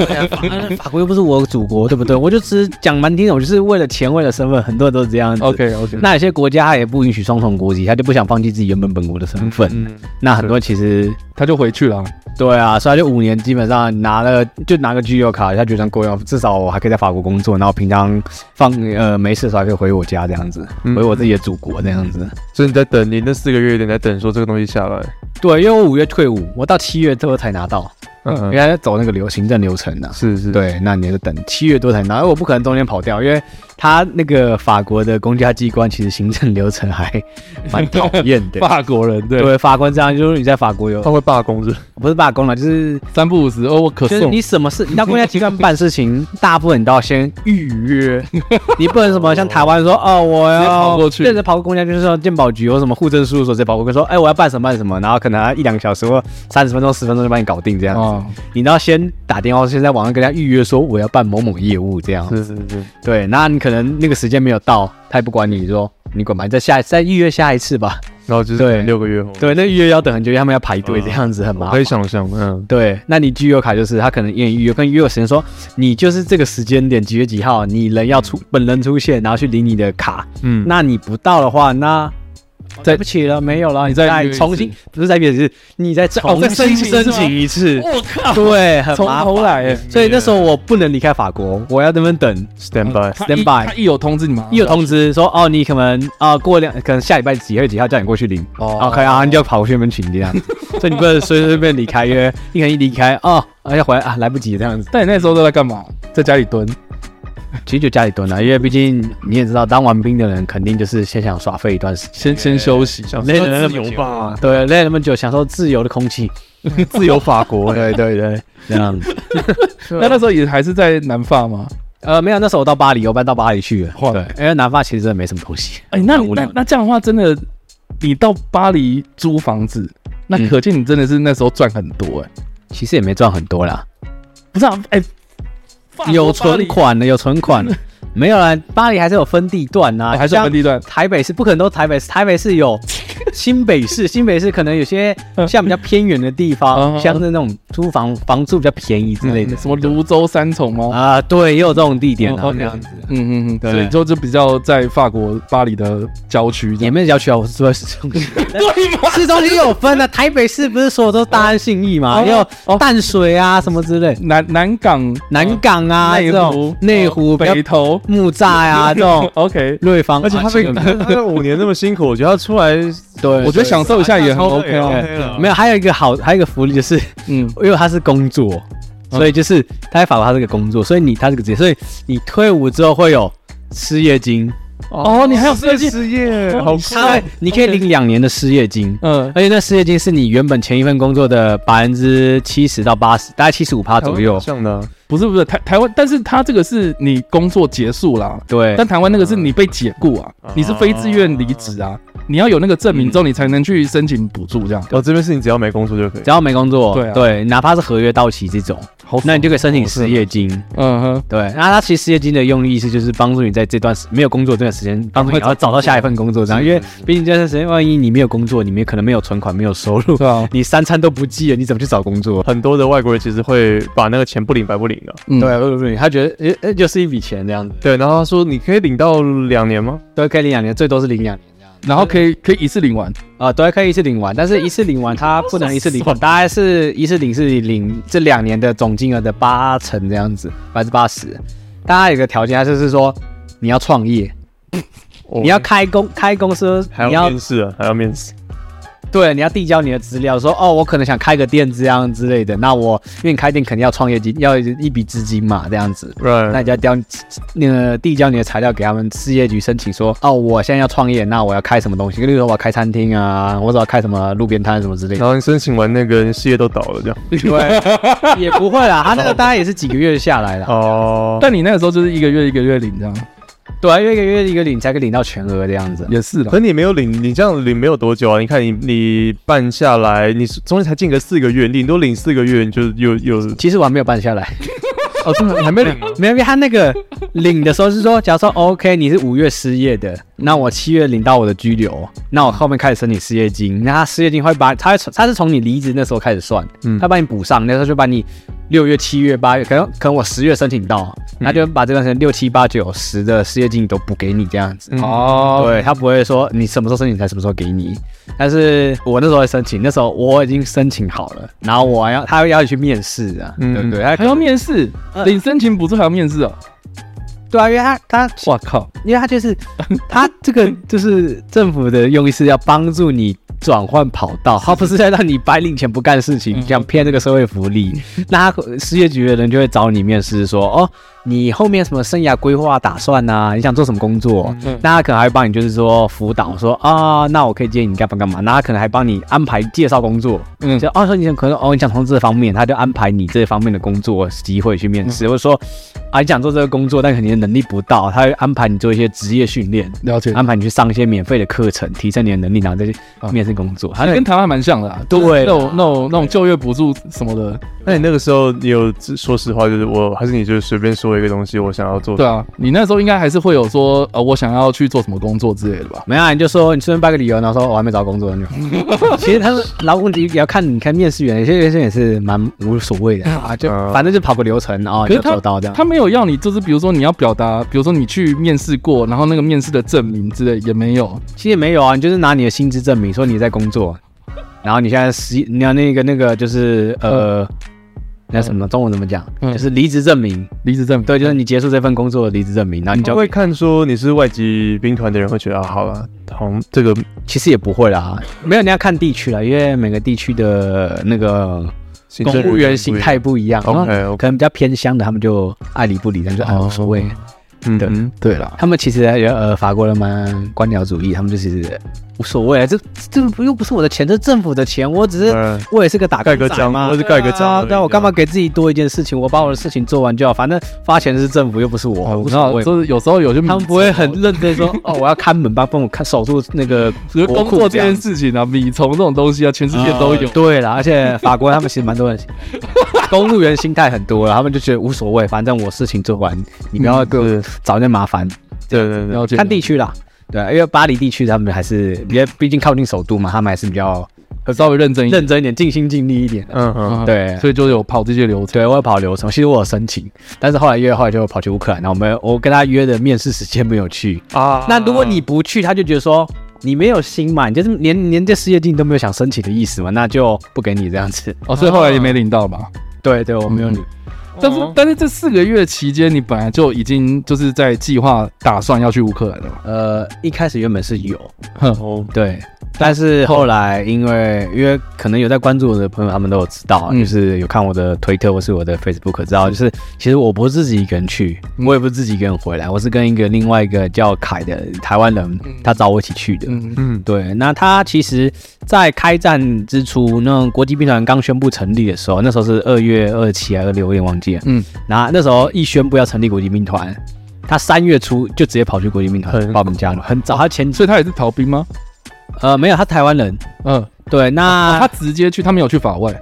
Speaker 4: 法法国又不是我祖国，对不对？我就只是讲难听的，我就是为了钱，为了身份，很多人都是这样子。
Speaker 2: OK OK，
Speaker 4: 那有些国家他也不允许双重国籍，他就不想放弃自己原本本国的身份。
Speaker 3: 嗯，
Speaker 4: 那很多其实
Speaker 2: 他就回去了啊。
Speaker 4: 对啊，所以他就五年基本上拿了就拿个居留卡，他觉得够用，至少我还可以在法国工作，然后平常放呃没事的时候还可以回我家这样子，
Speaker 3: 嗯
Speaker 4: 回我自己的祖国这样子。
Speaker 3: 所以你在等你那四个月，有点在等说这个东西下来，
Speaker 4: 对，因为我五月退伍，我到七月之后才拿到，因
Speaker 3: 嗯
Speaker 4: 为他在走那个流行政流程啊呢、
Speaker 3: 是是，，
Speaker 4: 对，那你就等七月多才拿，哎我不可能中间跑掉，因为他那个法国的公家机关其实行政流程还蛮讨厌的。
Speaker 2: 法国人 [laughs] 对，
Speaker 4: 对，法官这样，就是你在法国有
Speaker 3: 他会罢工是不是
Speaker 4: 不是罢工了，就是
Speaker 2: 三不五时哦，我可
Speaker 4: 就是
Speaker 2: 送
Speaker 4: 你什么事，你到公家机关办事情，大部分你都要先预
Speaker 2: [laughs]
Speaker 4: 约，你不能什么像台湾说哦，我要
Speaker 2: 直接跑过去
Speaker 4: 对，直接跑过公家就是说鉴宝局或什么户政事务所直接跑过去说，哎，我要办什么办什么，然后可能啊一两个小时或三十分钟、十分钟就帮你搞定这样子。
Speaker 2: 啊，
Speaker 4: 你都要先打电话，先在网上跟人家预约说我要办某某业务这样。
Speaker 3: 是是是，
Speaker 4: 对，那你可能那个时间没有到，他也不管你说你管吧，你再下再预约下一次吧。
Speaker 3: 然后就是
Speaker 4: 对
Speaker 3: 等六个月后，，
Speaker 4: 对，那预约要等很久，因为他们要排队这样子，很麻
Speaker 3: 我
Speaker 4: 烦。
Speaker 3: 可以想象，嗯，
Speaker 4: 对，那你居留卡就是他可能愿意预约，跟约有时间说，你就是这个时间点几月几号，你人要出本人出现，然后去领你的卡。
Speaker 3: 嗯，
Speaker 4: 那你不到的话，那对不起了，没有了，
Speaker 2: 你
Speaker 4: 你
Speaker 2: 再
Speaker 4: 再
Speaker 2: 约一
Speaker 4: 重
Speaker 2: 次
Speaker 4: 新不是再别是你再重
Speaker 2: 再申
Speaker 4: 新
Speaker 2: 请
Speaker 4: 申
Speaker 2: 是吗
Speaker 4: 请一次。
Speaker 2: 我靠，
Speaker 4: 对，很
Speaker 2: 从
Speaker 4: 麻
Speaker 2: 头
Speaker 4: 烦。
Speaker 2: 来欸耶。
Speaker 4: 所以那时候我不能离开法国，我要在那边等。
Speaker 3: stand by，
Speaker 2: 他一
Speaker 4: Stand by
Speaker 2: 他一有通知你嘛，
Speaker 4: 一啊有通知说哦，你可能啊、过两可能下礼拜几月几号叫你过去领，
Speaker 2: 哦
Speaker 4: 哦，可以啊，你就要跑过去那边请
Speaker 3: [laughs]
Speaker 4: 这样，所以你不能随随便便离开，因为你可能一离开哦，啊要回来啊来不及这样子，
Speaker 2: 但你那时候都在干嘛？在家里蹲，
Speaker 4: 其实就家里蹲了，因为毕竟你也知道，当完兵的人肯定就是先想耍废一段时间，
Speaker 2: 先
Speaker 3: [laughs]
Speaker 2: 先休息，
Speaker 3: 想
Speaker 4: 累了那
Speaker 3: 自
Speaker 4: 么
Speaker 3: 由吧，
Speaker 4: 对，累了那么久，享受自由的空气，
Speaker 3: 自由法国，
Speaker 4: 对对对，这
Speaker 3: [laughs]
Speaker 4: 样子。
Speaker 2: 那那时候也还是在南法吗？
Speaker 4: 呃，没有，那时候我到巴黎，我搬到巴黎去了，
Speaker 2: 哇
Speaker 4: 对，因为南法其实真的没什么东西，
Speaker 2: 哎，那
Speaker 4: 蛮
Speaker 2: 你
Speaker 4: 无
Speaker 2: 那
Speaker 4: 聊
Speaker 2: 那这样的话，真的，你到巴黎租房子，那
Speaker 4: 嗯
Speaker 2: 可见你真的是那时候赚很多哎。
Speaker 4: 其实也没赚很多啦，
Speaker 2: 不是啊，哎，法国
Speaker 4: 有
Speaker 2: 巴黎
Speaker 4: 存款的，有存款。
Speaker 2: [laughs]
Speaker 4: 没有啦，巴黎还是有分地段呐、
Speaker 2: 哦
Speaker 4: 啊，
Speaker 2: 还是
Speaker 4: 像
Speaker 2: 分地段
Speaker 4: 台北市不可能都台北市，台北
Speaker 2: [laughs]
Speaker 4: 市有新北市，新北市可能有些像比较偏远的地
Speaker 2: 嗯
Speaker 4: 方，
Speaker 2: 嗯
Speaker 4: 像是那种租房房租比较便宜之类的
Speaker 2: 什么泸州三重吗？
Speaker 4: 啊、对，也有这种地点
Speaker 2: 哦
Speaker 4: 啊，
Speaker 2: ，OK
Speaker 4: 那样子。
Speaker 2: 嗯嗯嗯，
Speaker 4: 对
Speaker 2: 所以就就比较在法国巴黎的郊区这
Speaker 4: 也
Speaker 2: 样，
Speaker 4: 没有郊区啊，我是住在市中心。
Speaker 2: [laughs] 对吗？
Speaker 4: 市中心也有分的、台北市不是所有都是大安信义嘛，
Speaker 2: 哦
Speaker 4: 也
Speaker 2: 哦
Speaker 4: 有淡水啊什么之类，
Speaker 2: 南南港、
Speaker 4: 南港啊
Speaker 2: 哦内
Speaker 4: 这
Speaker 2: 湖哦
Speaker 4: 种、内湖、
Speaker 2: 北投，
Speaker 4: 木栅啊这种
Speaker 2: OK， [laughs]
Speaker 4: 瑞芳，
Speaker 3: 而且他
Speaker 4: 啊
Speaker 3: 被
Speaker 4: 这个
Speaker 3: 他那五年那么辛苦，我觉得他出来
Speaker 4: 对，
Speaker 2: 我觉得享受一下也很 OK 哦。
Speaker 3: 了
Speaker 4: 没有，还有一个好，还有一个福利就是， [laughs]
Speaker 2: 嗯，
Speaker 4: 因为他是工作，所以就是他在法国他是个工作，所以你他是个职业，所以你退伍之后会有失业金，
Speaker 2: 哦，你还有设计，哦
Speaker 3: 失业，好酷
Speaker 4: 他会你可以领两年的失业金。
Speaker 2: 嗯，
Speaker 4: 而且那失业金是你原本前一份工作的百分之七十到八十，大概七十五趴左右。
Speaker 3: 像的啊，
Speaker 2: 不是不是台台湾，但是他这个是你工作结束啦，
Speaker 4: 对，嗯
Speaker 2: 但台湾那个是你被解雇啊，你是非自愿离职啊，你要有那个证明之后，你才能去申请补助这样。
Speaker 3: 哦，这边是你只要没工作就可以
Speaker 4: 只。要没工作，
Speaker 2: 对啊
Speaker 4: 哪怕是合约到期这种，
Speaker 2: 好
Speaker 4: 那你就可以申请失业金。
Speaker 2: 嗯哼，
Speaker 4: 对，那他其实失业金的用意是就是帮助你在这段时没有工作这段时间，帮助你
Speaker 2: 赶快
Speaker 4: 要找到下一份工作，这样，因为毕竟这段时间万一你没有工作，你们可能没有存款，没有收入，
Speaker 2: 对啊，
Speaker 4: 你三餐都不继了，你怎么去找工作？
Speaker 3: 很多的外国人其实会把那个钱不领白不领的。
Speaker 2: 嗯，
Speaker 4: 对，不不不，他觉得诶诶，就是一笔钱这样子，
Speaker 3: 对，然后他说你可以领到两年吗？
Speaker 4: 都可以领两年，最多是领两年这样
Speaker 2: 然后可以可以一次领完，
Speaker 4: 啊，都可以一次领完，但是一次领完他不能一次领完，大概是一次领是领这两年的总金额的八成这样子，百分之八十。大家有个条件，它就是说你要创业，
Speaker 3: 哦
Speaker 4: 你要开公开公司，
Speaker 3: 还
Speaker 4: 你
Speaker 3: 要
Speaker 4: 要
Speaker 3: 面试啊，还要面试。
Speaker 4: 对，你要递交你的资料，说哦，我可能想开个店这样之类的。那我因为你开店肯定要创业金，要一笔资金嘛，这样子。那
Speaker 3: Right，
Speaker 4: 你就要交那个递交你的材料给他们事业局申请说，哦，我现在要创业，那我要开什么东西？例如说我要开餐厅啊，或者我要开什么路边摊什么之类
Speaker 3: 然 [laughs]
Speaker 4: 的。
Speaker 3: 后你申请完那个，你事业都倒了这样。
Speaker 4: 对，也啊不会啦，他那个大概也是几个月下来啦。
Speaker 3: 哦，
Speaker 2: 但你那个时候就是一个月一个月领这样，
Speaker 4: 对啊，因为一个月一个领才可以领到全额这样子。
Speaker 2: 也是啦
Speaker 3: 可。是你没有领，你这样领没有多久啊？你看你你办下来，你中间才间隔四个月，你都领四个月，你就有有
Speaker 4: 其实我还没有办下 [laughs] 来，
Speaker 3: 哦，真的还没领吗？
Speaker 4: 没有，因为他那个领的时候是说，假如说 OK，你是五月失业的，那我七月领到我的居留，那我后面开始申请失业金，那他失业金会把他会从他是从你离职那时候开始算，
Speaker 3: 嗯
Speaker 4: 他帮你补上，那时候就把你六月、七月、八月，可能可能我十月申请到，他就把这段时间六七八九十的失业金都补给你这样子。
Speaker 3: 嗯
Speaker 2: 哦，
Speaker 4: 对他不会说你什么时候申请才什么时候给你，但是我那时候会申请，那时候我已经申请好了，然后我还要他要你去面试啊，
Speaker 3: 嗯
Speaker 4: 对不对？他
Speaker 2: 还要面试，
Speaker 4: 呃
Speaker 2: 领申请补助还要面试哦。
Speaker 4: 对啊，因为他他
Speaker 2: 哇靠！
Speaker 4: 因为他就是他这个就是政府的用意是要帮助你转换跑道，他不是在让你白领钱不干事情，想骗这个社会福利。那他失业局的人就会找你面试说，哦，你后面什么生涯规划打算呐、你想做什么工作？哦
Speaker 2: 嗯
Speaker 4: 那他可能还会帮你就是说辅导，说啊，那我可以建议你干嘛干嘛。那他可能还帮你安排介绍工作，
Speaker 2: 嗯
Speaker 4: 就哦说你想可能哦你想从事这方面，他就安排你这方面的工作机会去面
Speaker 2: 嗯
Speaker 4: 试，或者说啊你想做这个工作，但可能你的能力不到，他会安排你做一些职业训练，
Speaker 2: 了解，
Speaker 4: 安排你去上一些免费的课程，提升你的能力，然后再去
Speaker 2: 啊
Speaker 4: 面试工作。他
Speaker 2: 跟台湾还蛮像的啊。
Speaker 4: 对
Speaker 2: 那种那种那种就业补助什么的，
Speaker 3: 那你那个时候，你有自说实话，就是我还是你就是随便说一个东西，我想要做。
Speaker 2: 对啊，你那时候应该还是会有说，呃，我想要去做什么工作之类的吧？
Speaker 4: 没有、啊，你就说你顺便掰个理由，然后说我还没找到工
Speaker 2: [laughs]
Speaker 4: 作就好。其实他们劳务问题也要看你看面试员，有些面试员也是蛮无所谓的啊，就
Speaker 3: 嗯
Speaker 4: 反正就跑个流程啊，
Speaker 2: 可
Speaker 4: 就是
Speaker 2: 他
Speaker 4: 做到这样。
Speaker 2: 他没有要你，就是比如说你要表达，比如说你去面试过，然后那个面试的证明之类也没有。
Speaker 4: 其实也没有啊，你就是拿你的薪资证明说你在工作，然后你现在失，你要那个那个就是呃，那什么中文怎么讲？
Speaker 2: 嗯
Speaker 4: 就是离职证明，
Speaker 2: 离职证明，
Speaker 4: 对，就是你结束这份工作的离职证明，然后你
Speaker 3: 你
Speaker 4: 就
Speaker 3: 会看说你是外籍兵团的人，会觉得啊，好了，好像这个
Speaker 4: 其实也不会啦，没有你要看地区啦，因为每个地区的那个
Speaker 3: 行政
Speaker 4: 公务员形态不一样，然后
Speaker 3: OK，OK
Speaker 4: 可能比较偏乡的他们就爱理不理，他们就哎
Speaker 3: 哦
Speaker 4: 无所谓。
Speaker 3: 嗯
Speaker 4: 对
Speaker 3: 嗯
Speaker 2: 对啦，
Speaker 4: 他们其实呃，法国人蛮官僚主义，他们就其实无所谓，啊这这不又不是我的钱，这是政府的钱，我只是、
Speaker 3: 嗯
Speaker 4: 我也是个打工
Speaker 3: 盖个
Speaker 4: 仔
Speaker 3: 章
Speaker 4: 嘛，
Speaker 3: 我是盖个
Speaker 4: 对
Speaker 3: 章
Speaker 4: 啊
Speaker 3: 而已
Speaker 4: 对啊，
Speaker 3: 这样
Speaker 4: 我干嘛给自己多一件事情？我把我的事情做完就好，反正发钱的是政府，又不是我，
Speaker 2: 我
Speaker 4: 无
Speaker 2: 知
Speaker 4: 所
Speaker 3: 哎
Speaker 2: 道，
Speaker 4: 谓。
Speaker 2: 就是有时候有些
Speaker 4: 他们不会很认真说哦，我要看门吧，帮我看守住那个
Speaker 2: 只是
Speaker 4: 国
Speaker 2: 工
Speaker 4: 库
Speaker 2: 作
Speaker 4: 这
Speaker 2: 这
Speaker 4: 样
Speaker 2: 件
Speaker 4: 子
Speaker 2: 事情啊，米虫这种东西啊，全世界
Speaker 3: 哦
Speaker 2: 都有
Speaker 4: 呃。对啦，而且法国他们其实
Speaker 3: [laughs]
Speaker 4: 蛮多人，公务员心态很多了，他们就觉得无所谓，反正我事情做完，你不要给我
Speaker 3: 是
Speaker 4: 找点麻烦。
Speaker 3: 对对对，
Speaker 2: 了解。
Speaker 4: 看地区啦，对啊，因为巴黎地区他们还是比较，毕竟靠近首都嘛，他们还是比较
Speaker 2: 稍微认真一点，
Speaker 4: 认真一点、尽心尽力一点的。
Speaker 3: 嗯嗯，
Speaker 2: 嗯
Speaker 4: 对
Speaker 2: 所以就有跑这些流程。
Speaker 4: 对，我有跑流程，其实我有申请，但是后来约后来就跑去乌克兰，然后我们我跟他约的面试时间没有去。
Speaker 3: 啊
Speaker 4: 那如果你不去，他就觉得说你没有心嘛，你就是连连这失业金都没有想申请的意思嘛，那就不给你这样子。
Speaker 2: 哦，所以后来也没领到嘛。
Speaker 4: 对对，我没有
Speaker 2: 嗯
Speaker 4: 你。
Speaker 2: 但是但是这四个月期间，你本来就已经就是在计划打算要去乌克兰了嘛。
Speaker 4: 呃，一开始原本是有，
Speaker 2: 哼，
Speaker 3: 哦，
Speaker 4: 对，但是后来因为因为可能有在关注我的朋友，他们都有知道，
Speaker 2: 嗯
Speaker 4: 就是有看我的推特或是我的 Facebook 知道，就是其实我不是自己一个人去，
Speaker 2: 嗯
Speaker 4: 我也不是自己一个人回来，我是跟一个另外一个叫凯的台湾人，他找我一起去的。
Speaker 2: 嗯，
Speaker 3: 嗯
Speaker 4: 对，那他其实，在开战之初，那国际兵团刚宣布成立的时候，那时候是二月二七还是二六，我有点忘记了。
Speaker 2: 嗯，
Speaker 4: 那那时候一宣布要成立国际兵团，他三月初就直接跑去国际兵团
Speaker 3: 很
Speaker 4: 报名加入，很早，他前
Speaker 2: 所以他也是逃兵吗？
Speaker 4: 呃没有，他台湾人。
Speaker 2: 嗯，
Speaker 4: 对，那
Speaker 2: 他直接去，他没有去法外。
Speaker 4: 哦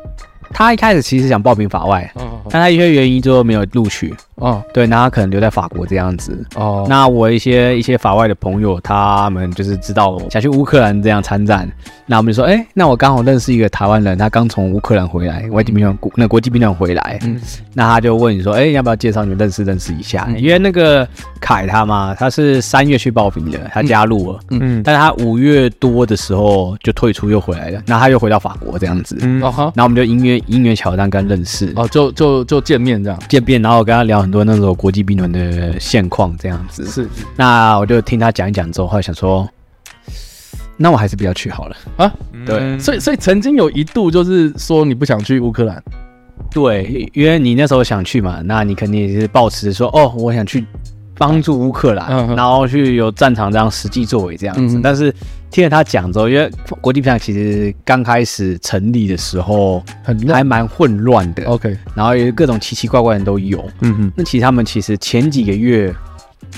Speaker 4: 他一开始其实想报名法外，
Speaker 2: 哦
Speaker 4: 但他一些原因最后没有录取。
Speaker 2: 哦
Speaker 4: 对，那他可能留在法国这样子。
Speaker 2: 哦，
Speaker 4: 那我一些一些法外的朋友，他们就是知道我想去乌克兰这样参战，那我们就说，哎、那我刚好认识一个台湾人，他刚从乌克兰回来，外籍兵团国那国际兵团回来，
Speaker 2: 嗯
Speaker 4: 那他就问你说，哎、要不要介绍你们认识认识一下？
Speaker 2: 嗯
Speaker 4: 因为那个凯他嘛，他是三月去报名的，他加入了，
Speaker 3: 嗯
Speaker 4: 但是他五月多的时候就退出又回来了，那他又回到法国这样子，
Speaker 3: 嗯
Speaker 2: 哦哈
Speaker 4: 然后我们就因缘因缘巧当跟认识，
Speaker 2: 哦，就就就见面这样。
Speaker 4: 见面，然后我跟他聊很多那种国际兵团的现况这样子。
Speaker 2: 是
Speaker 4: 那我就听他讲一讲之后，后来想说，那我还是不要去好了。
Speaker 2: 啊，
Speaker 3: 嗯
Speaker 4: 对
Speaker 2: 所以所以曾经有一度就是说你不想去乌克兰，
Speaker 4: 对，因为你那时候想去嘛，那你肯定也是抱持说，哦，我想去帮助乌克兰，
Speaker 2: 嗯嗯
Speaker 4: 然后去有战场这样实际作为这样子。
Speaker 2: 嗯
Speaker 4: 但是听了他讲之后，因为国际兵团其实刚开始成立的时候
Speaker 2: 很
Speaker 4: 还蛮混乱的，
Speaker 2: OK，
Speaker 4: 然后有各种奇奇怪怪的人都有。
Speaker 3: 嗯嗯
Speaker 4: 那其实他们其实前几个月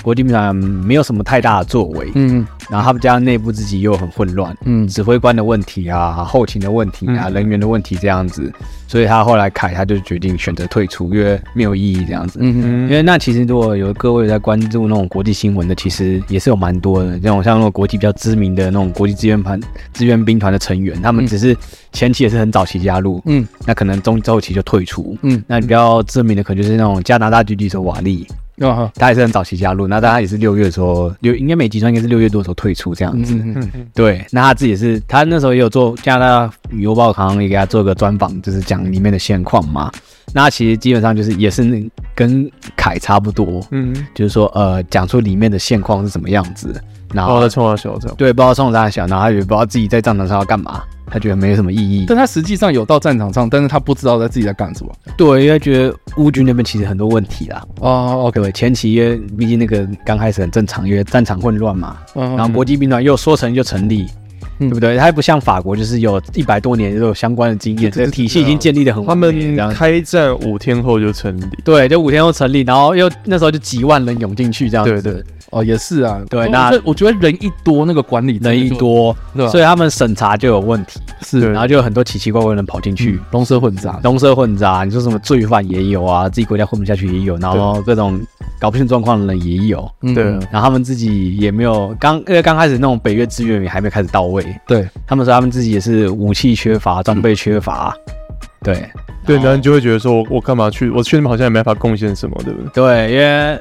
Speaker 4: 国际兵团没有什么太大的作为，
Speaker 2: 嗯
Speaker 4: 然后他们家内部自己又很混乱，
Speaker 2: 嗯
Speaker 4: 指挥官的问题啊，后勤的问题啊，人员的问题这样子，所以他后来凯他就决定选择退出，因为没有意义这样子。
Speaker 2: 嗯
Speaker 4: 因为那其实如果有各位有在关注那种国际新闻的，其实也是有蛮多的，那种像那种国际比较知名的那种国际志愿团、志愿兵团的成员，他们只是前期也是很早期加入，
Speaker 2: 嗯
Speaker 4: 那可能中后期就退出。
Speaker 2: 嗯
Speaker 4: 那比较知名的可能就是那种加拿大狙击手瓦利，
Speaker 2: 嗯，啊，
Speaker 4: 他也是很早期加入，那他也是六月的时候，六应该没记错，应该是六月多的时候退出这样子。
Speaker 2: 嗯嗯
Speaker 4: 对，那他自己也是，他那时候也有做加拿大旅游报，好像也给他做个专访，就是讲里面的现况嘛。那他其实基本上就是也是那跟凯差不多，
Speaker 3: 嗯，
Speaker 4: 就是说呃，讲出里面的现况是什么样子，然
Speaker 3: 然后
Speaker 4: 后、
Speaker 3: 再哦冲到小这样，
Speaker 4: 对，不知道冲啥小，然后他也不知道自己在战场上要干嘛，他觉得没有什么意义。
Speaker 2: 但他实际上有到战场上，但是他不知道他自己在干什么。
Speaker 4: 对，因为觉得乌军那边其实很多问题啦，
Speaker 2: 哦
Speaker 4: 对，前期因为毕竟那个刚开始很正常，因为战场混乱嘛，
Speaker 2: 嗯
Speaker 4: 然后国际兵团又说成就成立，
Speaker 2: 嗯
Speaker 4: 对不对？它还不像法国，就是有一百多年都有相关的经验，这个体系已经建立的很
Speaker 3: 呃他
Speaker 4: 完美
Speaker 3: 们
Speaker 4: 嗯这样子
Speaker 3: 开战五天后就成立，
Speaker 4: 对，就五天后成立，然后又那时候就几万人涌进去这样子，
Speaker 3: 对对，
Speaker 2: 哦，也是啊，
Speaker 4: 对
Speaker 2: 我
Speaker 4: 那
Speaker 2: 我觉得我觉得人一多，那个管理真的
Speaker 4: 人一
Speaker 2: 就
Speaker 4: 多，
Speaker 3: 啊
Speaker 2: 对吧
Speaker 4: 所以他们审查就有问题，
Speaker 2: 是
Speaker 4: 然后就有很多奇奇怪怪的人跑进
Speaker 3: 嗯
Speaker 4: 去，
Speaker 2: 龙蛇混杂，
Speaker 4: 龙蛇混杂，你说什么罪犯也有啊，自己国家混不下去也有，然后各种搞不清状况的人也有。
Speaker 2: 嗯
Speaker 3: 对
Speaker 2: 嗯
Speaker 4: 然后他们自己也没有刚，因为刚开始那种北约支援也还没开始到位，
Speaker 2: 对，
Speaker 4: 他们说他们自己也是武器缺乏、装备缺乏，对
Speaker 3: 对，
Speaker 4: 哦
Speaker 3: 然后你就会觉得说我我干嘛去？我去那边好像也没法贡献什么，对不对？
Speaker 4: 对，因为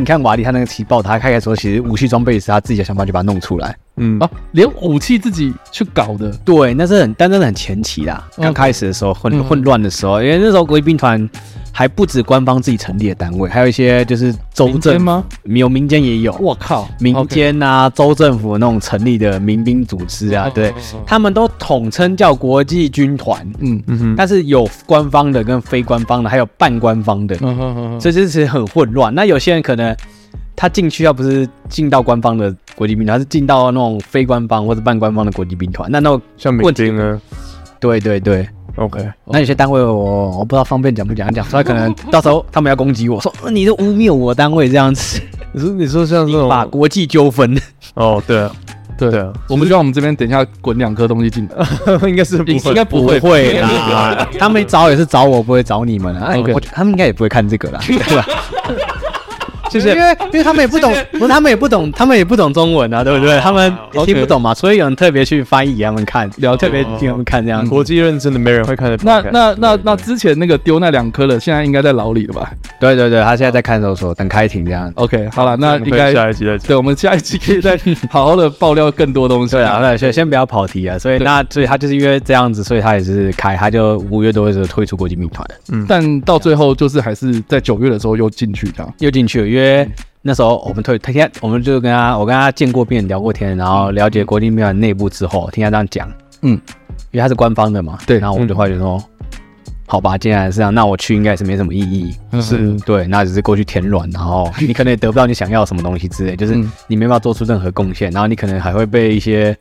Speaker 4: 你看瓦力他那个提报，他开开说其实武器装备也是他自己的想法就把它弄出来，
Speaker 3: 嗯，
Speaker 2: 啊，连武器自己去搞的，
Speaker 4: 对，那是很但真的很前期啦，
Speaker 2: 嗯
Speaker 4: 刚开始的时候混、
Speaker 2: 嗯
Speaker 4: 混乱的时候，因为那时候国际兵团还不止官方自己成立的单位，还有一些就是州
Speaker 2: 民
Speaker 4: 政
Speaker 2: 间吗？
Speaker 4: 没有民间也有，
Speaker 2: 我靠，
Speaker 4: 民
Speaker 2: OK，
Speaker 4: 间啊、州政府那种成立的民兵组织啊，
Speaker 2: 哦
Speaker 4: 对
Speaker 2: 哦哦，
Speaker 4: 他们都统称叫国际军团，
Speaker 2: 嗯
Speaker 3: 嗯哼，
Speaker 4: 但是有官方的跟非官方的，还有半官方的，
Speaker 2: 嗯哼哼哼
Speaker 4: 所以这其实很混乱。那有些人可能他进去，他不是进到官方的国际兵团，他是进到那种非官方或者半官方的国际兵团。那那种
Speaker 3: 像美
Speaker 4: 问题
Speaker 3: 军呢
Speaker 4: 对对对，
Speaker 2: 哦
Speaker 3: ，OK，
Speaker 4: 那有些单位我我不知道方便讲不讲，讲出来可能
Speaker 2: [laughs]
Speaker 4: 到时候他们要攻击我说呃你是污蔑我单位这样子，
Speaker 3: 你说你说像这
Speaker 2: 哦
Speaker 4: 把
Speaker 3: 种
Speaker 4: 国际纠纷。
Speaker 3: 哦，对啊，
Speaker 2: 对
Speaker 3: 对啊，
Speaker 2: 我们就让我们这边等一下滚两颗东西进来，
Speaker 3: 应该是
Speaker 2: 应该不会
Speaker 4: 会啦，他们找也是找我，不会找你们啦。哎
Speaker 2: OK
Speaker 4: 我觉得他们应该也不会看这个啦，对吧？就是因为因为他们也不懂，不是他们也不懂，他们也不懂中文啊，对不对？他们
Speaker 2: OK
Speaker 4: 听不懂嘛，所以有人特别去翻译给他们看，聊特别给他们看这样子。
Speaker 3: 国际认真的没人会看的 podcast。
Speaker 2: 那那那
Speaker 3: 对
Speaker 2: 那之前那个丢那两颗的，现在应该在牢里了吧
Speaker 4: 对对对，他现在在看守所等开庭这样。
Speaker 2: ？OK，好了，那
Speaker 3: 我们
Speaker 2: 应
Speaker 3: 可以
Speaker 2: 该
Speaker 3: 下一集再讲。
Speaker 2: 对，我们下一期可以再好好的爆料更多东西。
Speaker 4: 对啊，，那先先不要跑题啊。所以
Speaker 2: 对
Speaker 4: 那所以他就是因为这样子，所以他也是开，他就五月多的时候退出国际民团，
Speaker 3: 嗯
Speaker 2: 但到最后就是还是在九月的时候又进去这样。
Speaker 4: 又进去了，因为。那时候我们退，他现在我们就跟他，我跟他见过面，聊过天，然后了解国际民团内部之后，听他这样讲，
Speaker 2: 嗯，
Speaker 4: 因为他是官方的嘛，
Speaker 2: 对
Speaker 4: 然后我们就话就说，好吧，既然是这样，那我去应该也是没什么意义，
Speaker 2: 是
Speaker 4: 对，那只是过去填卵，然后你可能也得不到你想要什么东西之类，就是
Speaker 2: 嗯
Speaker 4: 你没办法做出任何贡献，然后你可能还会被一些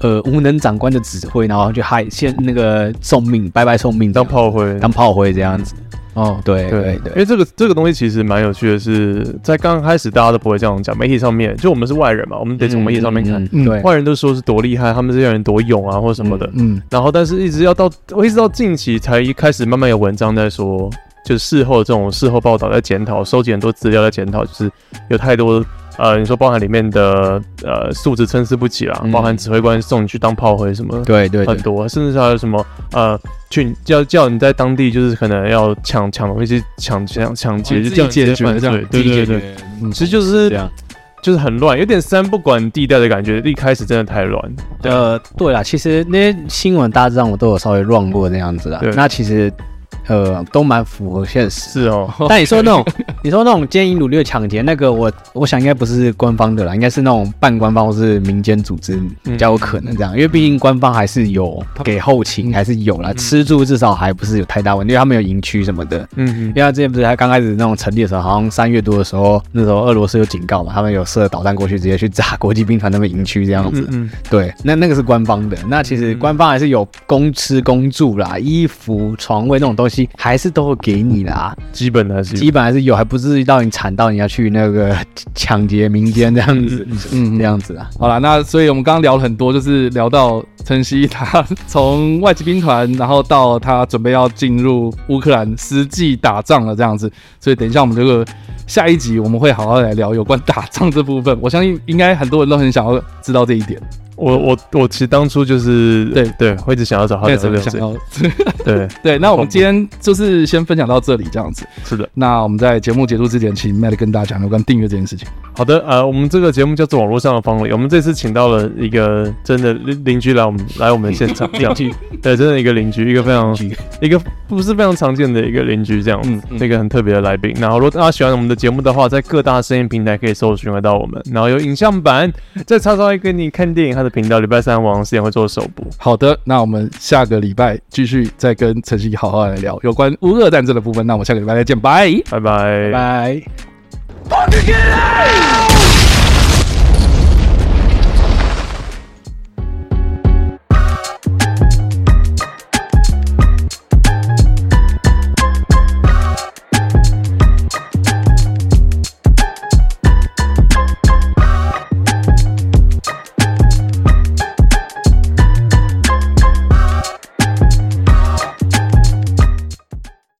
Speaker 4: 呃无能长官的指挥，然后就害先那个送命，白白送命这
Speaker 3: 当
Speaker 4: 样，
Speaker 3: 炮灰，
Speaker 4: 当炮灰这样子，
Speaker 2: 哦，
Speaker 4: 对对
Speaker 3: 因
Speaker 4: 对
Speaker 3: 为这个这个东西其实蛮有趣的是，在刚开始大家都不会这样讲，媒体上面就我们是外人嘛，我们得从媒体上面看，
Speaker 4: 嗯对，
Speaker 3: 外人都说是多厉害，他们这些人多勇啊或什么的，
Speaker 2: 嗯
Speaker 3: 然后但是一直要到我一直到近期才一开始慢慢有文章在说，就是事后这种事后报道在检讨，收集很多资料在检讨，就是有太多呃，你说包含里面的呃素质参差不齐啦，
Speaker 4: 嗯
Speaker 3: 包含指挥官送你去当炮灰什么的。
Speaker 4: 对对
Speaker 3: 很
Speaker 4: 对，
Speaker 3: 多，甚至还有什么呃，去叫叫你在当地就是可能要抢抢东西、抢抢抢
Speaker 2: 哦
Speaker 3: 劫，就叫劫犯罪，对对对，
Speaker 2: 对，
Speaker 3: 其实就
Speaker 4: 这
Speaker 3: 是
Speaker 4: 样。
Speaker 3: 就是很乱，有点三不管地带的感觉，一开始真的太乱，对
Speaker 4: 呃，对啦，其实那些新闻大致上我都有稍微 run 过那样子啦
Speaker 3: 对。
Speaker 4: 那其实呃都蛮符合现实。
Speaker 3: 是哦，
Speaker 4: 但你说
Speaker 3: [laughs]
Speaker 4: 那种，你说那种奸淫掳掠、抢劫，那个我我想应该不是官方的啦，应该是那种半官方或是民间组织比较有可能这样，因为毕竟官方还是有
Speaker 3: 嗯
Speaker 4: 给后勤，还是有啦，吃住至少还不是有太大问题，因为他们有营区什么的。
Speaker 3: 嗯
Speaker 4: 因为他之前不是他刚开始那种成立的时候，好像三月多的时候，那时候俄罗斯有警告嘛，他们有射导弹过去，直接去炸国际兵团那边营区这样子。
Speaker 3: 嗯嗯，
Speaker 4: 对，那
Speaker 2: 嗯
Speaker 4: 那个是官方的，那其实官方还是有公吃公住啦，衣服、床位那种东西还是都会给你啦，
Speaker 3: 基本的还是有
Speaker 4: 基本还是有，还不至于到你惨到你要去那个抢劫民间这样子，
Speaker 2: 嗯
Speaker 4: 这样子啊。
Speaker 2: 好了，那所以我们刚刚聊了很多，就是聊到晨曦他从外籍兵团，然后到他准备要进入乌克兰实际打仗了这样子。所以等一下我们这个下一集我们会好好来聊有关打仗这部分。我相信应该很多人都很想要知道这一点，
Speaker 3: 我我我其实当初就是
Speaker 2: 对
Speaker 3: 对，会一直想要找他
Speaker 2: 那
Speaker 3: 聊
Speaker 2: 怎
Speaker 3: 这
Speaker 2: 么
Speaker 3: 个
Speaker 2: 想
Speaker 3: 事，
Speaker 2: 要？ [laughs]
Speaker 3: 对，
Speaker 2: 对，那我们今天就是先分享到这里这样子。
Speaker 3: 是的。
Speaker 2: 那我们在节目结束之前，请 Matt 跟大家讲有关订阅这件事情。
Speaker 3: 好的，呃，我们这个节目叫做《网络上的方磊》，我们这次请到了一个真的邻邻居来我们来我们的现 [laughs] 场，这样对，真的一个邻居，一嗯个非常 [laughs] 一个不是非常常见的一个邻居这样子，一个很特别的来宾。然后，如果大家喜欢我们的节目的话，在各大声音平台可以搜寻得到我们，然后有影像版，在叉烧一跟你看电影他的频道，礼拜三晚上十点会做首播。
Speaker 2: 好的，那我们下个礼拜继续再跟晨曦好好来聊有关乌俄战争的部分。那我们下个礼拜再见，拜。
Speaker 3: 拜拜
Speaker 4: 拜。
Speaker 1: Fucking get out!